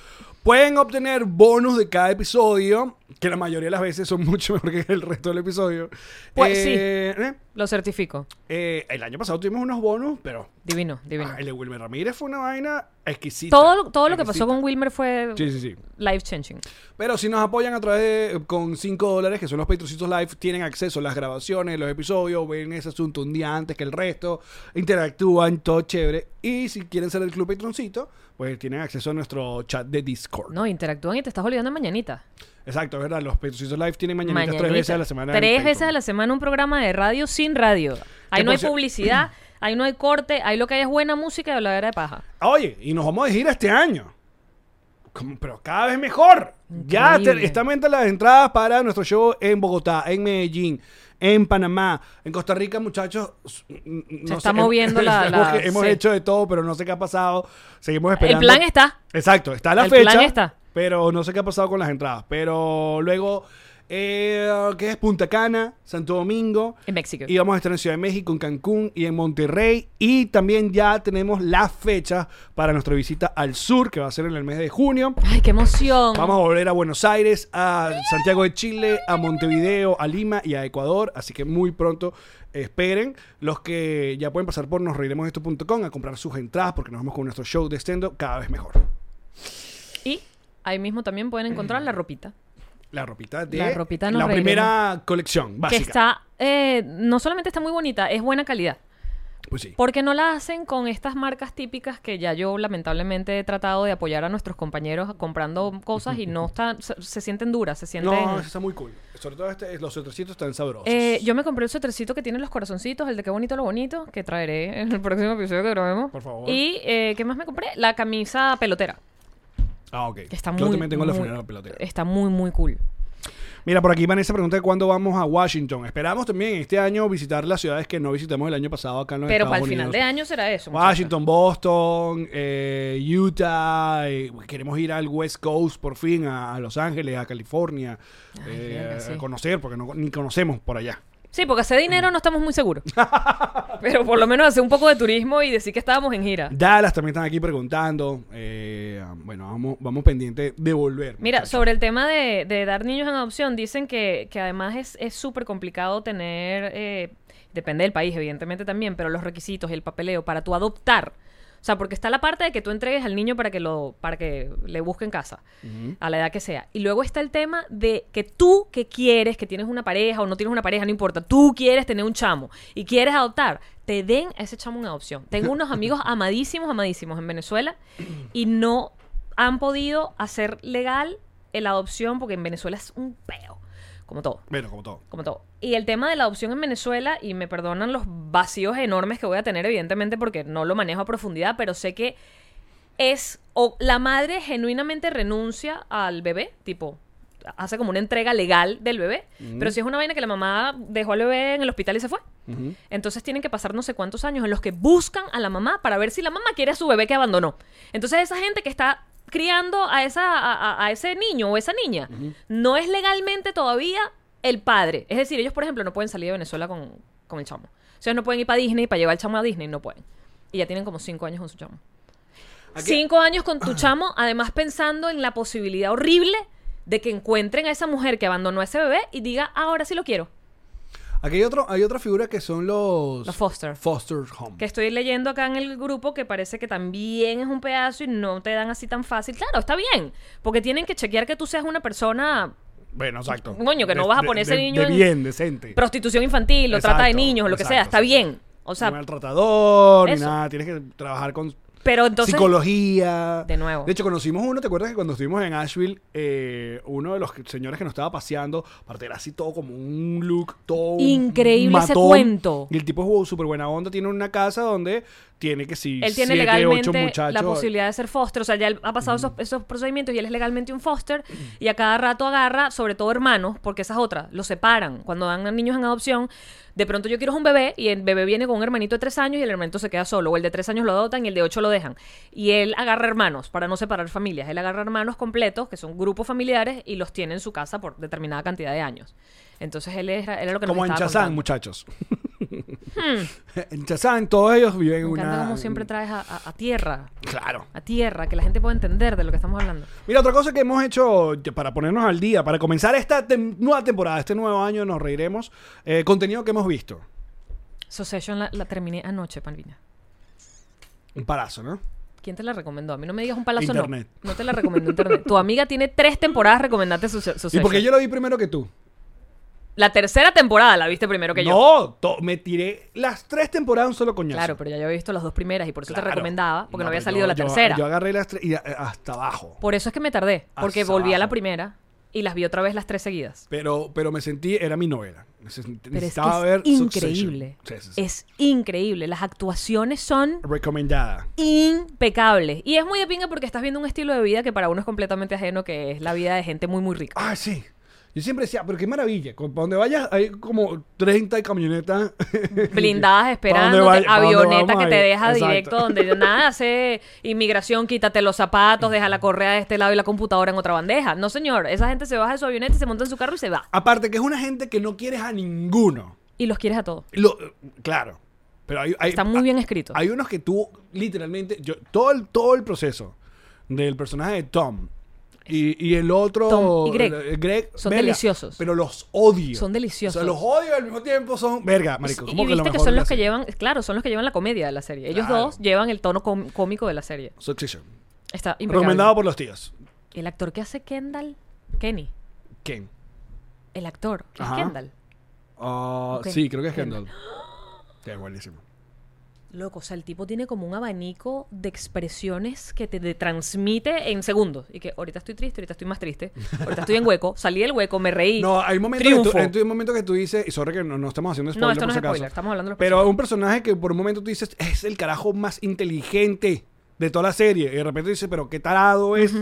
pueden obtener bonus de cada episodio, que la mayoría de las veces son mucho mejor que el resto del episodio.
Pues sí.
sí.
Lo certifico.
el año pasado tuvimos unos bonus, pero
Divino, divino.
ah, el de Wilmer Ramírez fue una vaina exquisita.
todo todo lo que pasó
exquisita.
con Wilmer fue
Sí, sí, sí.
life changing.
Pero si nos apoyan a través de, con 5 dólares, que son los Patrocitos Live, tienen acceso a las grabaciones, los episodios, ven ese asunto un día antes que el resto, interactúan, todo chévere. Y si quieren ser el Club Patroncito, pues tienen acceso a nuestro chat de Discord.
No, interactúan y te estás olvidando de mañanita.
Exacto, es verdad, los Patrocitos Live tienen mañanitas
Mañanita.
tres veces a la semana. en
Tres
Patreon.
veces a la semana un programa de radio sin radio. Ahí
Que
no hay
por cier-
publicidad, ahí no hay corte, ahí lo que hay es buena música y habladera de paja.
Oye, y nos vamos de gira este año. Como- pero cada vez mejor. Ya
Increíble.
te- están ventas las entradas para nuestro show en Bogotá, en Medellín, en Panamá, en Costa Rica, muchachos. s- n- n-
Se está moviendo la-
hemos-
la-
hemos
sí.
hecho de todo, pero no sé qué ha pasado. Seguimos esperando.
El plan está.
Exacto, está la
El
fecha.
plan está.
Pero no sé qué ha pasado con las entradas. Pero luego, eh, ¿qué es? Punta Cana, Santo Domingo.
En México.
Y vamos a estar en Ciudad de México, en Cancún y en Monterrey. Y también ya tenemos las fechas para nuestra visita al sur, que va a ser en el mes de junio.
Ay, qué emoción.
Vamos a volver a Buenos Aires, a Santiago de Chile, a Montevideo, a Lima y a Ecuador. Así que muy pronto esperen. Los que ya pueden pasar por nosreiremosdeesto.com a comprar sus entradas porque nos vamos con nuestro show de stand-up cada vez mejor.
Y ahí mismo también pueden encontrar la ropita.
La ropita de
La ropita nos
la
reiremos.
primera colección básica.
Que está, eh, no solamente está muy bonita, es buena calidad.
Pues sí.
Porque no la hacen con estas marcas típicas que ya yo lamentablemente he tratado de apoyar a nuestros compañeros comprando cosas y no están, se, se sienten duras, se sienten...
No, eso está muy cool. Sobre todo este, los sotrecitos están sabrosos.
Eh, yo me compré el suétercito que tiene los corazoncitos, el de qué bonito lo bonito, que traeré en el próximo episodio que grabemos.
Por favor.
Y, eh, ¿qué más me compré? La camisa pelotera.
Ah, ok.
Que está
Yo
muy,
también tengo la
muy- eh.
funeraria pelotera.
Está muy, muy cool.
Mira, por aquí Vanessa pregunta de cuándo vamos a Washington. Esperamos también este año visitar las ciudades que no visitamos el año pasado acá en los
Pero
Estados
para el final
Unidos.
de año será eso. muchacha.
Washington, Boston, eh, Utah, eh, queremos ir al West Coast por fin, a, a Los Ángeles, a California, eh,
verga, sí.
a conocer, porque no, ni conocemos por allá.
Sí, porque hacer dinero no estamos muy seguros. Pero por lo menos hacer un poco de turismo y decir que estábamos en gira.
Dallas también están aquí preguntando. eh, bueno, vamos, vamos pendiente de volver.
Mira,
muchachos.
sobre el tema de, de dar niños en adopción, dicen que, que además es es súper complicado tener, eh, depende del país evidentemente también, pero los requisitos y el papeleo para tu adoptar. O sea, porque está la parte de que tú entregues al niño para que lo para que le busquen casa, a la edad que sea. Y luego está el tema de que tú que quieres, que tienes una pareja o no tienes una pareja, no importa, tú quieres tener un chamo y quieres adoptar, te den a ese chamo una adopción. Tengo unos amigos amadísimos, amadísimos en Venezuela y no han podido hacer legal la adopción porque en Venezuela es un peo, como todo
Bueno, como todo.
como todo. Y el tema de la adopción en Venezuela, y me perdonan los vacíos enormes que voy a tener, evidentemente, porque no lo manejo a profundidad, pero sé que es o la madre genuinamente renuncia al bebé, tipo hace como una entrega legal del bebé, pero si es una vaina que la mamá dejó al bebé en el hospital y se fue. Entonces tienen que pasar no sé cuántos años en los que buscan a la mamá para ver si la mamá quiere a su bebé que abandonó. Entonces esa gente que está criando a, esa, a, a- a ese niño o esa niña no es legalmente todavía el padre. Es decir, ellos, por ejemplo, no pueden salir de Venezuela con, con el chamo. O sea, no pueden ir para Disney, para llevar al chamo a Disney, no pueden. Y ya tienen como cinco años con su chamo. Cinco años con tu chamo, además pensando en la posibilidad horrible de que encuentren a esa mujer que abandonó a ese bebé y diga, "Ah, ahora sí lo quiero.
Aquí hay, otro, hay otra figura que son los...
Los foster.
Foster Home.
Que estoy leyendo acá en el grupo que parece que también es un pedazo y no te dan así tan fácil. Claro, está bien, porque tienen que chequear que tú seas una persona
Bueno, exacto.
Coño, que no vas a poner ese niño
de
en-
bien, decente.
prostitución infantil o trata de
Exacto,
niños o lo que sea.
exacto,
Está
exacto.
bien. O
ni
sea,
maltratador, ni
eso.
nada. Tienes que trabajar con
pero entonces...
psicología.
De nuevo.
De hecho, conocimos uno, ¿te acuerdas que cuando estuvimos en Asheville, eh, uno de los que- señores que nos estaba paseando, aparte era así todo como un look, todo un
Increíble ese
matón.
cuento.
Y el tipo es wow, súper buena onda, tiene una casa donde tiene que si
Él
siete,
tiene
ocho
legalmente
muchachos.
la posibilidad de ser foster, o sea, ya él ha pasado esos, esos procedimientos y él es legalmente un foster y a cada rato agarra, sobre todo hermanos, porque esa es otra, los separan. Cuando dan a niños en adopción, de pronto yo quiero un bebé y el bebé viene con un hermanito de tres años y el hermanito se queda solo, o el de tres años lo adoptan y el de ocho lo dejan. Y él agarra hermanos para no separar familias, él agarra hermanos completos, que son grupos familiares, y los tiene en su casa por determinada cantidad de años. Entonces él era, era lo que nos
Como en
estaba
Chazán,
contando. Hmm.
muchachos. en Chazán, todos ellos viven en
Me encanta
una.
cómo siempre traes a, a- a tierra,
Claro.
a tierra, que la gente pueda entender de lo que estamos hablando.
Mira, otra cosa que hemos hecho ya para ponernos al día, para comenzar esta tem- nueva temporada, este nuevo año, nos reiremos. eh, contenido que hemos visto.
Succession la, la terminé anoche, Palvina.
Un parazo, ¿no?
¿Quién te la recomendó? A mí no me digas un palazo,
Internet.
no. No te la recomendó internet. Tu amiga tiene tres temporadas recomendante Succession.
Y porque yo lo vi primero que tú.
La tercera temporada la viste primero que yo.
no, to- me tiré las tres temporadas un solo coñazo.
Claro, pero ya yo había visto las dos primeras y por eso te
Claro.
recomendaba, porque no, había
pero
salido
yo-
la
yo-
tercera.
Yo agarré las tres y a- eh, hasta abajo.
Por eso es que me tardé, porque
Hasta
volví a la
abajo.
primera y las vi otra vez las tres seguidas.
Pero, pero me sentí, era mi novela. Neces-
Pero es que
Necesitaba ver
es increíble.
Succession. Sí, sí, sí.
Es increíble. Las actuaciones son
Recomendada.
impecables. Y es muy de pinga porque estás viendo un estilo de vida que para uno es completamente ajeno, que es la vida de gente muy, muy rica.
Ah, sí. Yo siempre decía, pero qué maravilla. Con- Para donde vayas hay como 30 camionetas.
Blindadas
¿Para
esperando,
dónde va- para
avioneta
dónde
que te
vamos?
deja
Exacto.
directo donde nada hace inmigración, quítate los zapatos, deja la correa de este lado y la computadora en otra bandeja. No, señor, esa gente se baja de su avioneta y se monta en su carro y se va.
Aparte que es una gente que no quieres a ninguno.
Y los quieres a todos.
Lo- claro. Pero hay, hay-
Está muy bien escrito.
Hay unos que tú, literalmente, yo, todo, el, todo el proceso del personaje de Tom y, y el otro.
Tom y Greg.
el- el Greg,
Son deliciosos.
Pero los odio.
Son deliciosos.
O sea, los odio y al mismo tiempo son. Verga, marico.
Y-
¿cómo
y
que lo
viste que
mejor de
son
la
los que
serie?
llevan, claro, son los que llevan la comedia de la serie. Ellos
Claro.
dos llevan el tono com- cómico de la serie.
Succession.
Está impecable.
Recomendado por los tíos.
El actor que hace Kendall, Kenny.
¿Quién?
El actor, que
Ajá.
es Kendall.
Ah,
Ok.
Sí, creo que es Kendall. Sí, es buenísimo.
Loco, o sea, el tipo tiene como un abanico de expresiones que te, te transmite en segundos. Y que ahorita estoy triste, ahorita estoy más triste, ahorita estoy en hueco, salí del hueco, me reí.
No, hay momentos, que
triunfo.
tú, hay momentos que tú dices, y sorry que no, no estamos haciendo spoiler
No, esto no
por
es
si acaso,
spoiler, estamos hablando de los
Pero un personaje que por un momento tú dices, es el carajo más inteligente de toda la serie. Y de repente dices, pero qué tarado es.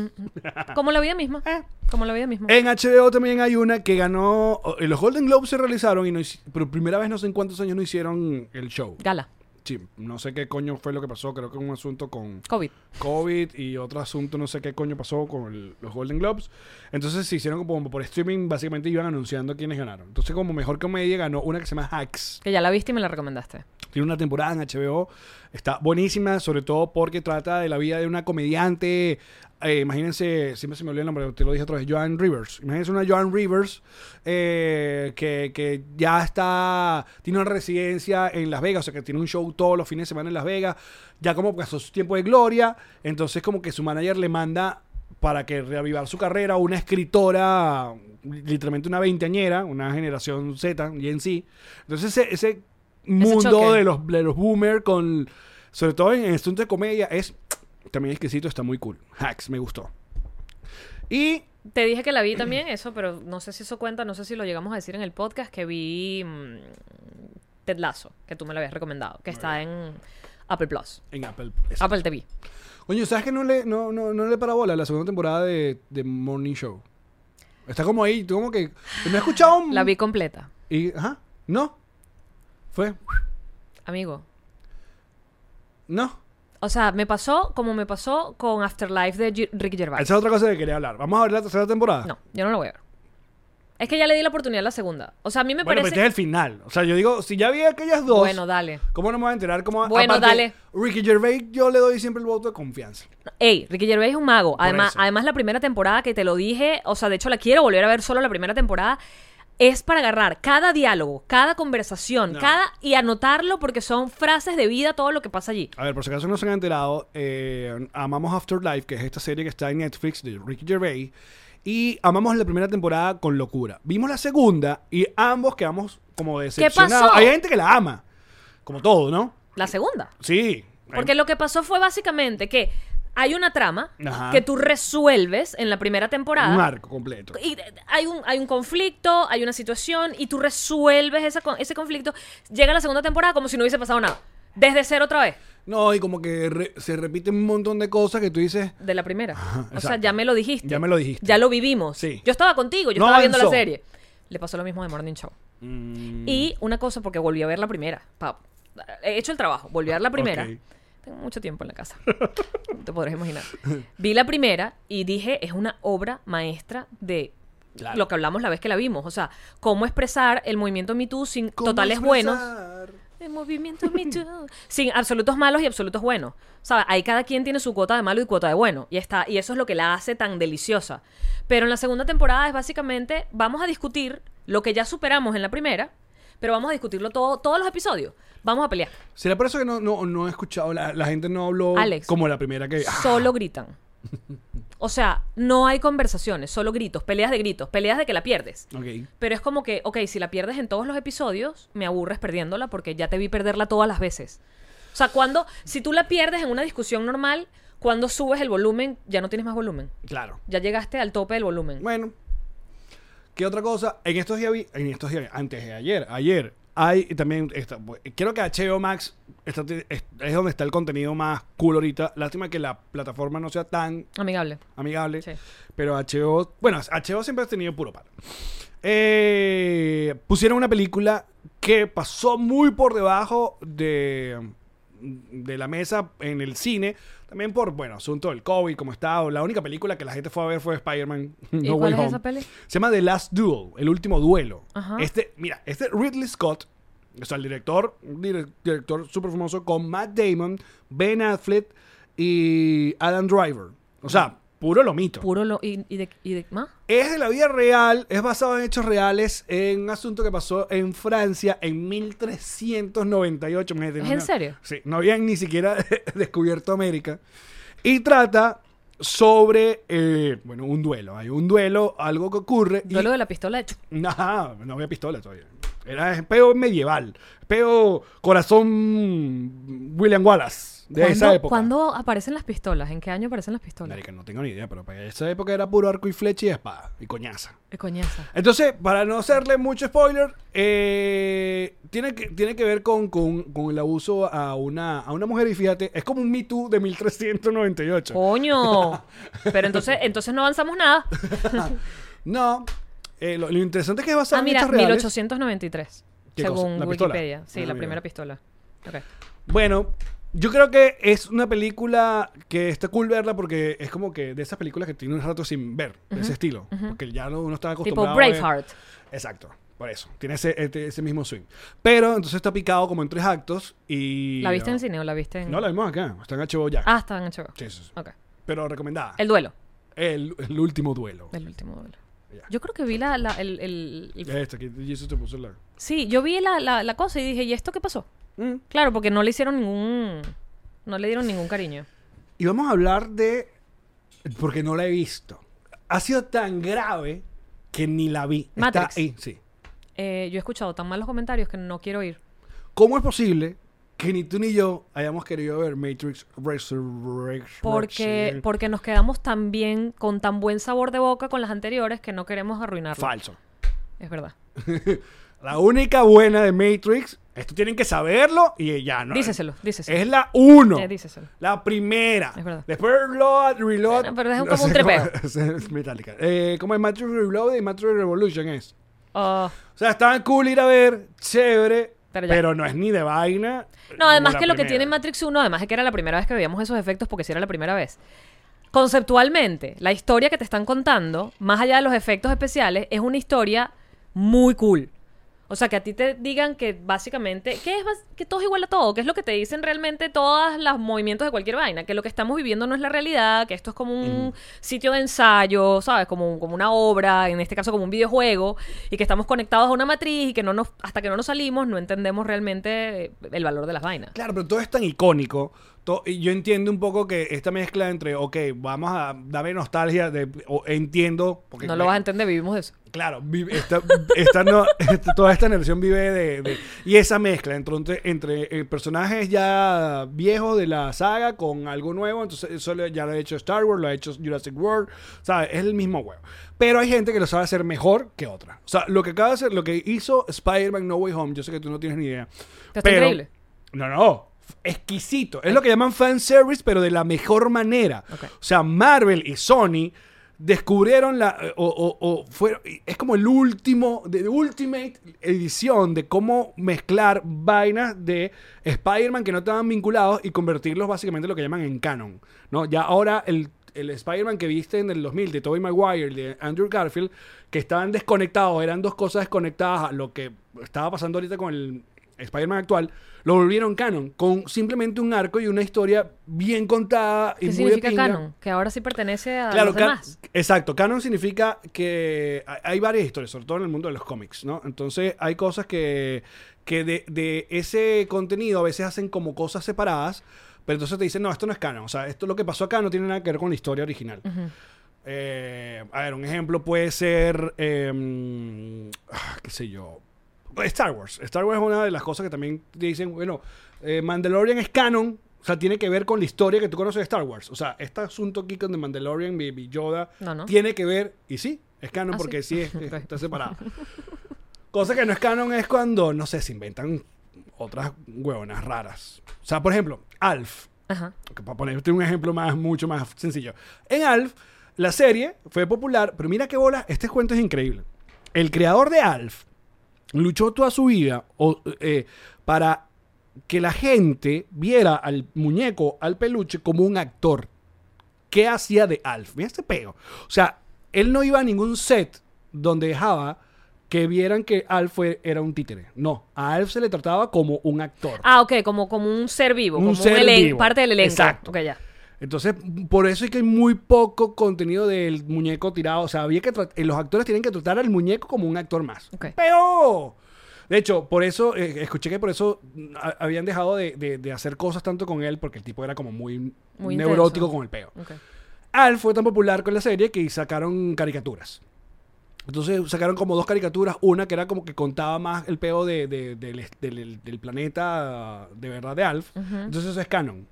Como la vida misma.
Eh.
Como la vida misma.
En HBO también hay una que ganó. eh, Los Golden Globes se realizaron y no hici- por primera vez no sé en cuántos años no hicieron el show.
Gala.
Sí, no sé qué coño fue lo que pasó. Creo que un asunto con
COVID.
COVID y otro asunto, no sé qué coño pasó con el- los Golden Globes. Entonces se hicieron como por streaming, básicamente iban anunciando quiénes ganaron. Entonces, como mejor comedia ganó una que se llama Hacks.
Que ya la viste y me la recomendaste.
Tiene una temporada en HBO, está buenísima, sobre todo porque trata de la vida de una comediante. eh, imagínense, siempre se me olvidó el nombre, te lo dije otra vez, Joan Rivers. Imagínense una Joan Rivers eh, que, que ya está, tiene una residencia en Las Vegas, o sea que tiene un show todos los fines de semana en Las Vegas, ya como pasó su tiempo de gloria, entonces como que su manager le manda para que reavivar su carrera una escritora, literalmente una veinteañera, una generación Z, y en sí. Entonces ese, ese mundo
choque.
de los, de los boomers con, sobre todo en el asunto de comedia, es también exquisito, está muy cool. Hacks, me gustó. Y
Te dije que la vi también, eso, pero no sé si eso cuenta, no sé si lo llegamos a decir en el podcast, que vi mm, Ted Lasso, que tú me lo habías recomendado, que está en Apple Plus,
en Apple.
Apple TV.
Coño, ¿sabes que no le, no, no, no le para bola la segunda temporada de, de Morning Show? Está como ahí, tú como que... No he escuchado un-
La vi completa,
Y, ajá, no. Fue,
amigo.
no.
O sea, me pasó como me pasó con Afterlife de Gi- Ricky
Esa
Gervais.
es otra cosa que quería hablar. Vamos a ver la tercera temporada.
No, yo no lo voy a ver. Es que ya le di la oportunidad a la segunda. O sea, a mí me
bueno, pero este es
parece...
el final. O sea, yo digo, si ya vi aquellas dos...
Bueno, dale.
¿Cómo no me voy a enterar? ¿Cómo,
Bueno, dale.
Ricky Gervais, yo le doy siempre el voto de confianza.
Ey, Ricky Gervais es un mago. Además,
eso.
además, la primera temporada que te lo dije, o sea, de hecho la quiero volver a ver solo la primera temporada, es para agarrar cada diálogo, cada conversación, cada y anotarlo porque son frases de vida todo lo que pasa allí.
A ver, por si acaso no se han enterado, eh, amamos Afterlife, que es esta serie que está en Netflix de Ricky Gervais, y amamos la primera temporada con locura. Vimos la segunda y ambos quedamos como decepcionados.
pasó?
Hay gente que la ama, como todo, ¿no?
La segunda.
Sí.
Porque lo que pasó fue básicamente que hay una trama
Ajá.
que tú resuelves en la primera temporada.
un arco completo.
y eh, hay un, hay un conflicto, hay una situación y tú resuelves esa con- ese conflicto. Llega la segunda temporada como si no hubiese pasado nada. Desde cero otra vez.
No, y como que re- se repiten un montón de cosas que tú dices,
De la primera. o sea,
exacto.
ya me lo dijiste.
Ya me lo dijiste.
Ya lo vivimos.
Sí.
Yo estaba contigo, yo
No
estaba viendo
avanzó.
la serie. Le pasó lo mismo de Morning Show. Y una cosa, porque volví a ver la primera. pa- he hecho el trabajo, volví a ver la primera.
Ok.
Tengo mucho tiempo en la casa. No te podrás imaginar. Vi la primera y dije, es una obra maestra de
Claro.
lo que hablamos la vez que la vimos. O sea, cómo expresar el movimiento Me Too sin totales buenos. El movimiento Me Too. Sin absolutos malos y absolutos buenos. ¿Sabes? Ahí cada quien tiene su cuota de malo y cuota de bueno. Y, está, y eso es lo que la hace tan deliciosa. Pero en la segunda temporada es básicamente, vamos a discutir lo que ya superamos en la primera, pero vamos a discutirlo todo, todos los episodios. Vamos a pelear.
¿Será por eso que no, no, no he escuchado? La, la gente no habló
Alex.
como la primera que. Ah,
Solo gritan. O sea, no hay conversaciones, solo gritos, peleas de gritos, peleas de que la pierdes.
ok.
Pero es como que, ok, si la pierdes en todos los episodios, me aburres perdiéndola porque ya te vi perderla todas las veces. O sea, cuando, si tú la pierdes en una discusión normal, cuando subes el volumen, ya no tienes más volumen.
Claro.
Ya llegaste al tope del volumen.
Bueno. ¿Qué otra cosa? En estos días vi, en estos días, vi- antes de ayer, ayer, hay y también, esta- creo que HBO Max está- es, es donde está el contenido más cool ahorita. Lástima que la plataforma no sea tan
Amigable.
amigable,
Sí.
pero HBO, bueno, HBO siempre ha tenido puro palo. Eh, pusieron una película que pasó muy por debajo de, de la mesa en el cine, también por, bueno, asunto del COVID, como está, o la única película que la gente fue a ver fue Spider-Man.
¿Y
No Way
cuál es
Home.
esa peli?
Se llama The Last Duel, el último duelo.
Ajá.
Este, mira, este Ridley Scott, o sea, el director, un dire- director súper famoso, con Matt Damon, Ben Affleck y Adam Driver. O sea, puro lomito.
Puro lo... ¿Y, y de, y de más?
Es de la vida real, es basado en hechos reales, en un asunto que pasó en Francia en 1398. imagínate,
¿Es
no
en
había-
serio?
Sí, no habían ni siquiera descubierto América. Y trata sobre, eh, bueno, un duelo. Hay un duelo, algo que ocurre. y-
Duelo de la pistola de... chu-
Nah, no había pistola todavía. Era peo medieval. Peo corazón William Wallace de esa
¿Cuándo-
época.
¿Cuándo aparecen las pistolas? ¿En qué año aparecen las pistolas?
Marica, no tengo ni idea, pero para esa época era puro arco y flecha y espada y coñaza.
Qué coñaza.
Entonces, para no hacerle mucho spoiler, eh, tiene, que, tiene que ver con, con- con el abuso a una, a una mujer. Y fíjate, es como un Me Too de 1398.
Oh. ¡Coño! Pero entonces, entonces no avanzamos nada.
No, eh, lo, lo interesante es que va a ser
Ah, mira,
hechos reales.
1893.
¿Qué cosa?
Según
¿La pistola?
Wikipedia.
Ah,
Sí, la
mira.
primera pistola. Ok.
Bueno, yo creo que es una película que está cool verla porque es como que de esas películas que tiene un rato sin ver, de ese estilo. Porque ya no, uno está
Tipo
acostumbrado. a ver-
Braveheart.
Exacto, por eso. Tiene ese, este- ese mismo swing. Pero entonces está picado como en tres actos y.
¿La viste en el cine o la viste en.?
No, la vimos acá. Está en HBO ya.
Ah, está en HBO.
Sí, sí, sí.
Ok.
Pero recomendada.
El duelo.
El, el último duelo.
El último duelo.
Ya.
Yo creo que vi la. la- el, el- el-
Este, que Jesus te puso la.
Sí, yo vi la, la, la cosa y dije, ¿y esto qué pasó?
Mm.
Claro, porque no le hicieron ningún. No le dieron ningún cariño.
Y vamos a hablar de. Porque no la he visto. Ha sido tan grave que ni la vi.
Matrix.
Está ahí, sí.
Eh, yo he escuchado tan malos comentarios que no quiero ir.
¿Cómo es posible que ni tú ni yo hayamos querido ver Matrix Resurrection?
Porque, porque nos quedamos tan bien, con tan buen sabor de boca con las anteriores que no queremos arruinarlo.
Falso.
Es verdad.
La única buena de Matrix, esto tienen que saberlo y ya no.
Díseselo, díseselo.
Es la uno.
Eh, díseselo.
La primera.
Es verdad.
Después Reload, Reload.
Bueno, pero es
no
como
sé
un
cómo-
trepeo.
es- es Metallica. Eh, como es Matrix Reload y Matrix Revolution es.
Ah.
O sea, estaban cool ir a ver, chévere,
Pero
pero,
ya.
no es ni de vaina.
No, además
como
que
la
lo que tiene
primera.
Matrix 1, además es que era la primera vez que veíamos esos efectos, porque si era la primera vez. Conceptualmente, la historia que te están contando, más allá de los efectos especiales, es una historia muy cool. O sea, que a ti te digan que básicamente, que es bas- que todo es igual a todo, que es lo que te dicen realmente todos los movimientos de cualquier vaina, que lo que estamos viviendo no es la realidad, que esto es como un sitio de ensayo, ¿sabes? Como, un- como una obra, en este caso como un videojuego, y que estamos conectados a una matriz y que no nos, hasta que no nos salimos no entendemos realmente eh, el valor de las vainas.
Claro, pero todo es tan icónico. to- y yo entiendo un poco que esta mezcla entre, ok, vamos a darme nostalgia, de, o entiendo. Porque
No lo vas a entender, vivimos de eso.
Claro, vi- esta, esta no- esta- toda esta generación vive de, de- Y esa mezcla entre, un te- entre eh, personajes ya viejos de la saga con algo nuevo, entonces eso lo- ya lo ha hecho Star Wars, lo ha hecho Jurassic World, ¿sabes? Es el mismo huevo. Pero hay gente que lo sabe hacer mejor que otra. O sea, lo que acaba de hacer, lo que hizo Spider-Man No Way Home, yo sé que tú no tienes ni idea.
Pero está
pero-
increíble.
No, no. Exquisito. Es lo que llaman fan service, pero de la mejor manera.
Ok.
O sea, Marvel y Sony descubrieron la. eh, O, o- o fueron, es como el último, de Ultimate edición de cómo mezclar vainas de Spider-Man que no estaban vinculados y convertirlos básicamente en lo que llaman en canon. ¿no? Ya ahora el, el Spider-Man que viste en el 2000 de Tobey Maguire, el de Andrew Garfield, que estaban desconectados, eran dos cosas desconectadas a lo que estaba pasando ahorita con el Spider-Man actual, lo volvieron canon, con simplemente un arco y una historia bien contada y muy
¿Qué
de
significa
pinga.
canon? Que ahora sí pertenece a
Claro,
los
ca-
demás.
exacto. Canon significa que hay- hay varias historias, sobre todo en el mundo de los cómics, ¿no? Entonces hay cosas que, que de, de ese contenido a veces hacen como cosas separadas, pero entonces te dicen, no, esto no es canon. O sea, esto lo que pasó acá no tiene nada que ver con la historia original. Eh, a ver, un ejemplo puede ser, em, ah, qué sé yo, Star Wars. Star Wars es una de las cosas que también te dicen, bueno, eh, Mandalorian es canon, o sea, tiene que ver con la historia que tú conoces de Star Wars. O sea, este asunto aquí con The Mandalorian, Baby Yoda,
No, no.
tiene que ver, y sí, es canon
Ah,
porque sí,
sí.
es- es- está separado. Cosa que no es canon es cuando, no sé, se inventan otras huevonas raras. O sea, por ejemplo, Alf.
Ajá.
Que Para ponerte un ejemplo más, mucho más sencillo. En Alf, la serie fue popular, pero mira qué bola, este cuento es increíble. El creador de Alf luchó toda su vida o, eh, para que la gente viera al muñeco, al peluche, como un actor. ¿Qué hacía de Alf? Mira este pego. O sea, él no iba a ningún set donde dejaba que vieran que Alf fue- era un títere. No, a Alf se le trataba como un actor.
Ah, ok, como, como un ser vivo,
Un
como
ser
un elen-
vivo.
parte del elenco.
Exacto.
Ok, ya.
Entonces, por eso es que hay muy poco contenido del muñeco tirado. O sea, había que trat- eh, los actores tienen que tratar al muñeco como un actor más.
Ok.
Pero, de hecho, por eso, eh, escuché que por eso mm, a- habían dejado de, de- de hacer cosas tanto con él, porque el tipo era como muy,
Muy
neurótico
intenso.
con el peo.
ok.
Al fue tan popular con la serie que sacaron caricaturas. Entonces sacaron como dos caricaturas, una que era como que contaba más el peo de- de- del, del- del planeta de verdad de Alf. Entonces eso es canon.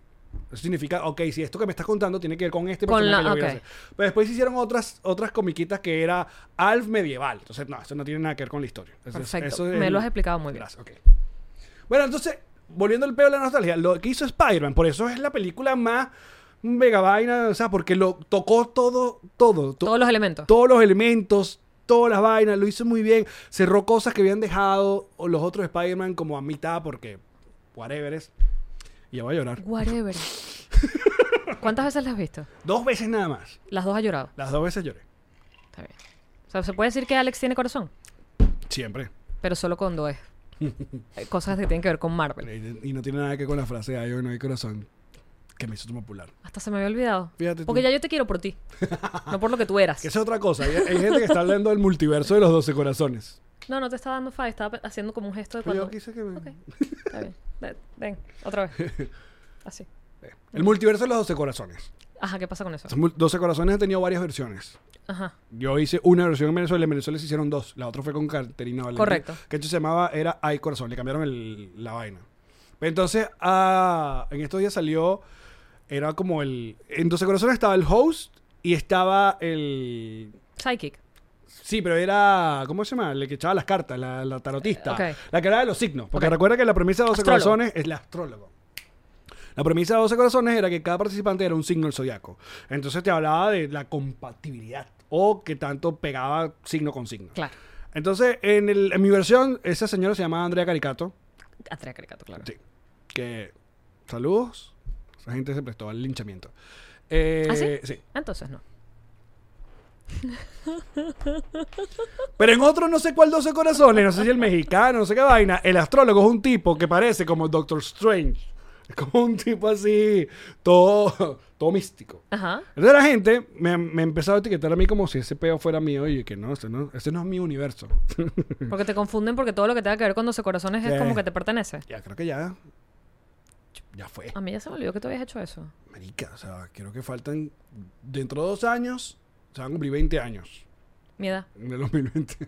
Eso significa, ok, si esto que me estás contando tiene que ver con este
Con
personaje,
la-
yo voy a
ok.
hacer. Pero después hicieron otras, otras comiquitas que era Alf medieval. Entonces, no, eso no tiene nada que ver con la historia. Entonces,
Perfecto.
eso es
Me
el-
lo has explicado muy bien.
Gracias, ok. Bueno, entonces, volviendo al peo de la nostalgia, lo que hizo Spider-Man, por eso es la película más mega vaina, o sea, porque lo tocó todo, todo, to-
Todos los elementos.
todos los elementos, todas las vainas, lo hizo muy bien, cerró cosas que habían dejado o los otros Spider-Man como a mitad porque whatever es. Y ya voy a llorar.
Whatever. ¿Cuántas veces las has visto?
Dos veces nada más.
Las dos ha llorado.
Las dos veces lloré.
Está bien. O sea, se puede decir que Alex tiene corazón,
Siempre.
pero solo cuando es. Hay Cosas que tienen que ver con Marvel.
Y no tiene nada que ver con la frase de no hay corazón que me hizo tan popular.
Hasta se me había olvidado.
Fíjate tú.
Porque ya yo te quiero por ti. No por lo que tú eras.
Que esa es otra cosa. Hay, hay gente que está hablando del multiverso de los 12 corazones.
No, no te estaba dando fa, estaba haciendo como un gesto de
Pero
cuando.
yo quise que me-
Ok, está bien. Ven, Ven, otra vez. Así.
El multiverso de los 12 corazones.
Ajá, ¿qué pasa con eso?
Los mul- 12 corazones ha tenido varias versiones.
Ajá.
Yo hice una versión en Venezuela, en Venezuela se hicieron dos. La otra fue con Caterina Valentín.
Correcto.
Que de hecho se llamaba, era Ay Corazón, le cambiaron el- la vaina. Entonces, ah, en estos días salió, era como el... En 12 corazones estaba el host y estaba el...
Psychic.
Sí, pero era. ¿Cómo se llama? El que echaba las cartas, la, la tarotista.
Eh, ok.
La que era de los signos. Porque
Ok.
recuerda que la premisa de 12
Astrólogo.
corazones es el astrólogo. La premisa de 12 corazones era que cada participante era un signo del zodiaco. Entonces te hablaba de la compatibilidad o que tanto pegaba signo con signo.
Claro.
Entonces, en, el- en mi versión, esa señora se llamaba Andrea Caricato.
Atrea Caricato, claro.
Sí. Que. Saludos. Esa gente se prestó al linchamiento. Eh,
¿Ah, sí?
sí.
Entonces no.
Pero en otro no sé cuál 12 corazones, no sé si el mexicano, no sé qué vaina, el astrólogo es un tipo que parece como Doctor Strange. Es como un tipo así, todo, todo místico.
Ajá.
Entonces la gente me, me empezaba a etiquetar a mí como si ese peo fuera mío y yo que no, ese no, ese no es mi universo.
Porque te confunden porque todo lo que tenga que ver con 12 corazones
Sí.
es como que te pertenece.
Mm. ya, creo que ya, ya fue.
A mí ya se me olvidó que tú habías hecho eso.
Marica, o sea, creo que faltan, dentro de dos años, se van a cumplir 20 años.
Mi edad.
En el 2020.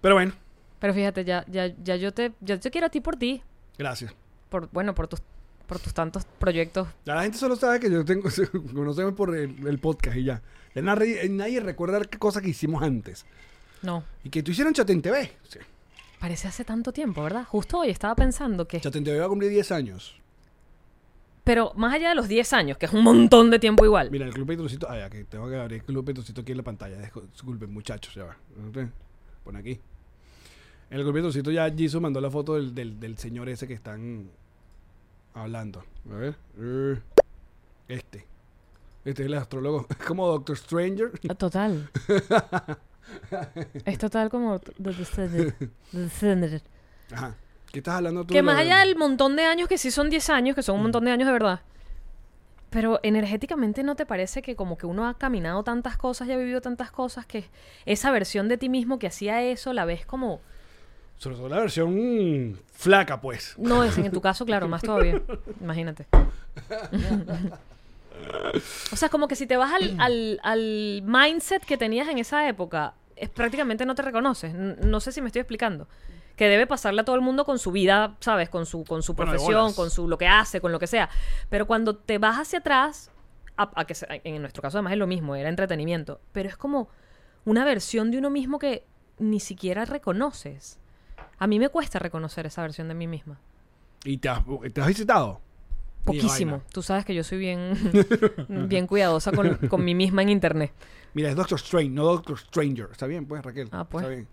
Pero bueno,
Pero fíjate, ya, ya, ya yo te, ya te quiero a ti por ti.
gracias.
Por, bueno, por tus, por tus tantos proyectos.
Ya la gente solo sabe que yo tengo, conocemos por el, el podcast y ya. Ya nadie, nadie recuerda qué cosas que hicimos antes.
No.
Y que tú hicieron Chatén TV. Sí.
Parece hace tanto tiempo, ¿verdad? Justo hoy estaba pensando que.
Chatén TV va a cumplir 10 años.
Pero más allá de los 10 años, que es un montón de tiempo igual.
Mira, el Club Petrocito. Ah, ya, que tengo que abrir el Club Petrocito aquí en la pantalla. Discul- Disculpen, muchachos, ya va. Pon aquí. En el Club Petrocito ya Jisoo mandó la foto del, del, del señor ese que están hablando. A ver. Eh, Este. Este es el astrólogo. Es como Doctor Stranger.
Total. es total como The Descendant. The Descendant.
Ajá. ¿Qué estás hablando tú?
Que
de
más
lo de-
allá del montón de años, que sí son 10 años, que son un montón de años de verdad. Pero energéticamente no te parece que como que uno ha caminado tantas cosas y ha vivido tantas cosas que esa versión de ti mismo que hacía eso la ves como...
Sobre todo la versión mm, flaca, pues.
No, es en tu caso, claro, más todavía. Imagínate. o sea, como que si te vas al, al, al mindset que tenías en esa época, es, prácticamente no te reconoces. N- No sé si me estoy explicando. Que debe pasarle a todo el mundo con su vida, ¿sabes? Con su, con su
Bueno, de
profesión,
bolas.
con su lo que hace, con lo que sea. Pero cuando te vas hacia atrás, a- a que se- en nuestro caso además es lo mismo, era entretenimiento. Pero es como una versión de uno mismo que ni siquiera reconoces. A mí me cuesta reconocer esa versión de mí misma.
¿Y te has, te has visitado? Ni
Poquísimo.
vaina.
Tú sabes que yo soy bien, bien cuidadosa con, con mí misma en internet.
Mira, es Doctor Strange, no Doctor Stranger. ¿Está bien, pues, Raquel?
Ah, pues.
Está bien.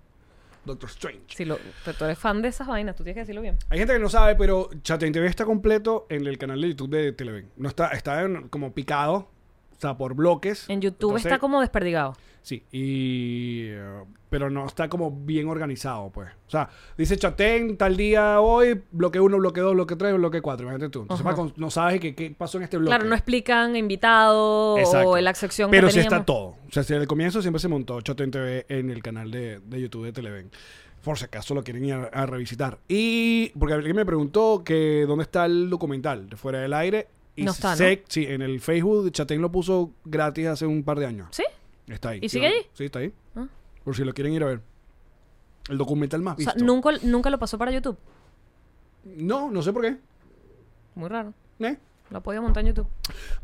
Doctor Strange.
Si lo, pero tú eres fan de esas vainas, tú tienes que decirlo bien.
Hay gente que no sabe, pero Chatein TV está completo en el canal de YouTube de Televen. No está, está en- como picado, o sea, por bloques.
En YouTube
Entonces,
está como desperdigado.
Sí, y, eh, pero no está como bien organizado, pues. O sea, dice Chatein tal día hoy, bloque 1, bloque 2, bloque 3, bloque 4. Imagínate tú. Entonces,
Ajá.
para con- no sabes qué, qué pasó en este bloque.
Claro, no explican invitado
Exacto.
o la sección
Pero
que
sí
teníamos.
está todo. O sea, desde el comienzo siempre se montó Chatein TV en el canal de, de YouTube de Televen. Por si acaso lo quieren ir a, a revisitar. Y porque alguien me preguntó que dónde está el documental de Fuera del Aire. Y
No está,
sé- Sí, en el Facebook Chatein lo puso gratis hace un par de años.
¿Sí?
Está ahí.
¿Y sigue
Sí,
ahí?
Sí, está ahí.
Ah.
Por si lo quieren ir a ver. El documental más
O sea,
visto.
nunca, nunca lo pasó para YouTube.
No, no sé por qué.
Muy raro.
¿Eh?
Lo podía montar en YouTube.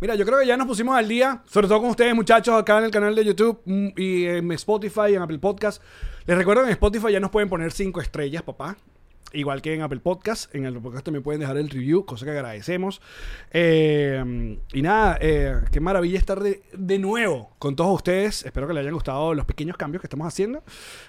Mira, yo creo que ya nos pusimos al día, sobre todo con ustedes muchachos acá en el canal de YouTube mm, y en Spotify y en Apple Podcast. Les recuerdo que en Spotify ya nos pueden poner cinco estrellas, papá. Igual que en Apple Podcast. En Apple Podcast también pueden dejar el review, cosa que agradecemos. Eh, y nada, eh, qué maravilla estar de, de nuevo con todos ustedes. Espero que les hayan gustado los pequeños cambios que estamos haciendo.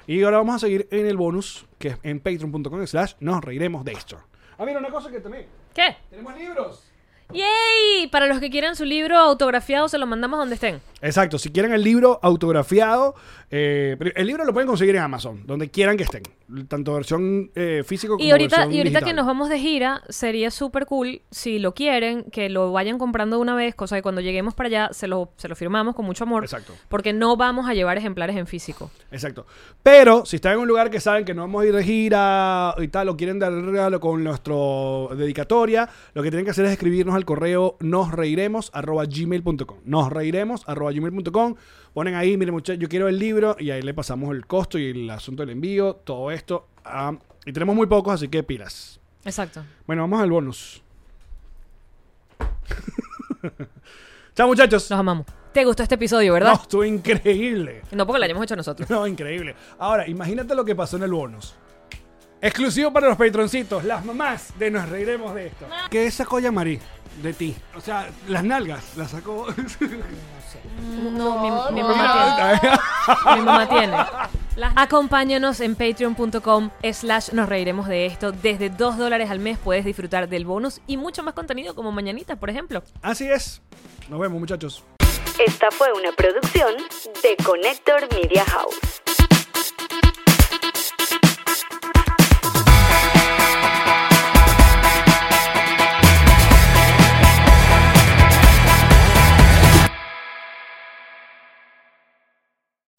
Y ahora vamos a seguir en el bonus, que es en patreon.com slash nos reiremos de esto. Ah, mira, una cosa que también.
¿Qué?
Tenemos libros.
¡Yay! Para los que quieran su libro autografiado, se lo mandamos donde estén.
Exacto, si quieren el libro autografiado, eh, pero el libro lo pueden conseguir en Amazon, donde quieran que estén, tanto versión eh, físico como
Y ahorita,
versión
y ahorita que
digital.
nos vamos de gira, sería súper cool, si lo quieren, que lo vayan comprando de una vez, cosa que cuando lleguemos para allá se lo, se lo firmamos con mucho amor.
Exacto.
Porque no vamos a llevar ejemplares en físico.
Exacto. Pero si están en un lugar que saben que no vamos a ir de gira y tal, o quieren dar el regalo con nuestra dedicatoria, lo que tienen que hacer es escribirnos al correo nosreiremos arroba gmail.com. Nosreiremos arroba gmail.com. Ponen ahí, miren muchachos, yo quiero el libro y ahí le pasamos el costo y el asunto del envío, todo esto. ah, y tenemos muy pocos, así que pilas.
Exacto.
Bueno, vamos al bonus. Chao, muchachos.
Los amamos. ¿Te gustó este episodio, verdad?
No, estuvo increíble.
No, porque lo hayamos hecho nosotros.
No, increíble. Ahora, imagínate lo que pasó en el bonus. Exclusivo para los patroncitos, las mamás de Nos Reiremos de Esto. ¿Qué sacó Yamari de ti? O sea, las nalgas, las sacó.
No, mi, mi mamá tiene. Mi mamá tiene. Las- Acompáñanos en patreon.com slash nos reiremos de esto. Desde 2 dólares al mes puedes disfrutar del bonus y mucho más contenido como mañanitas, por ejemplo.
Así es. Nos vemos, muchachos.
Esta fue una producción de Connector Media House.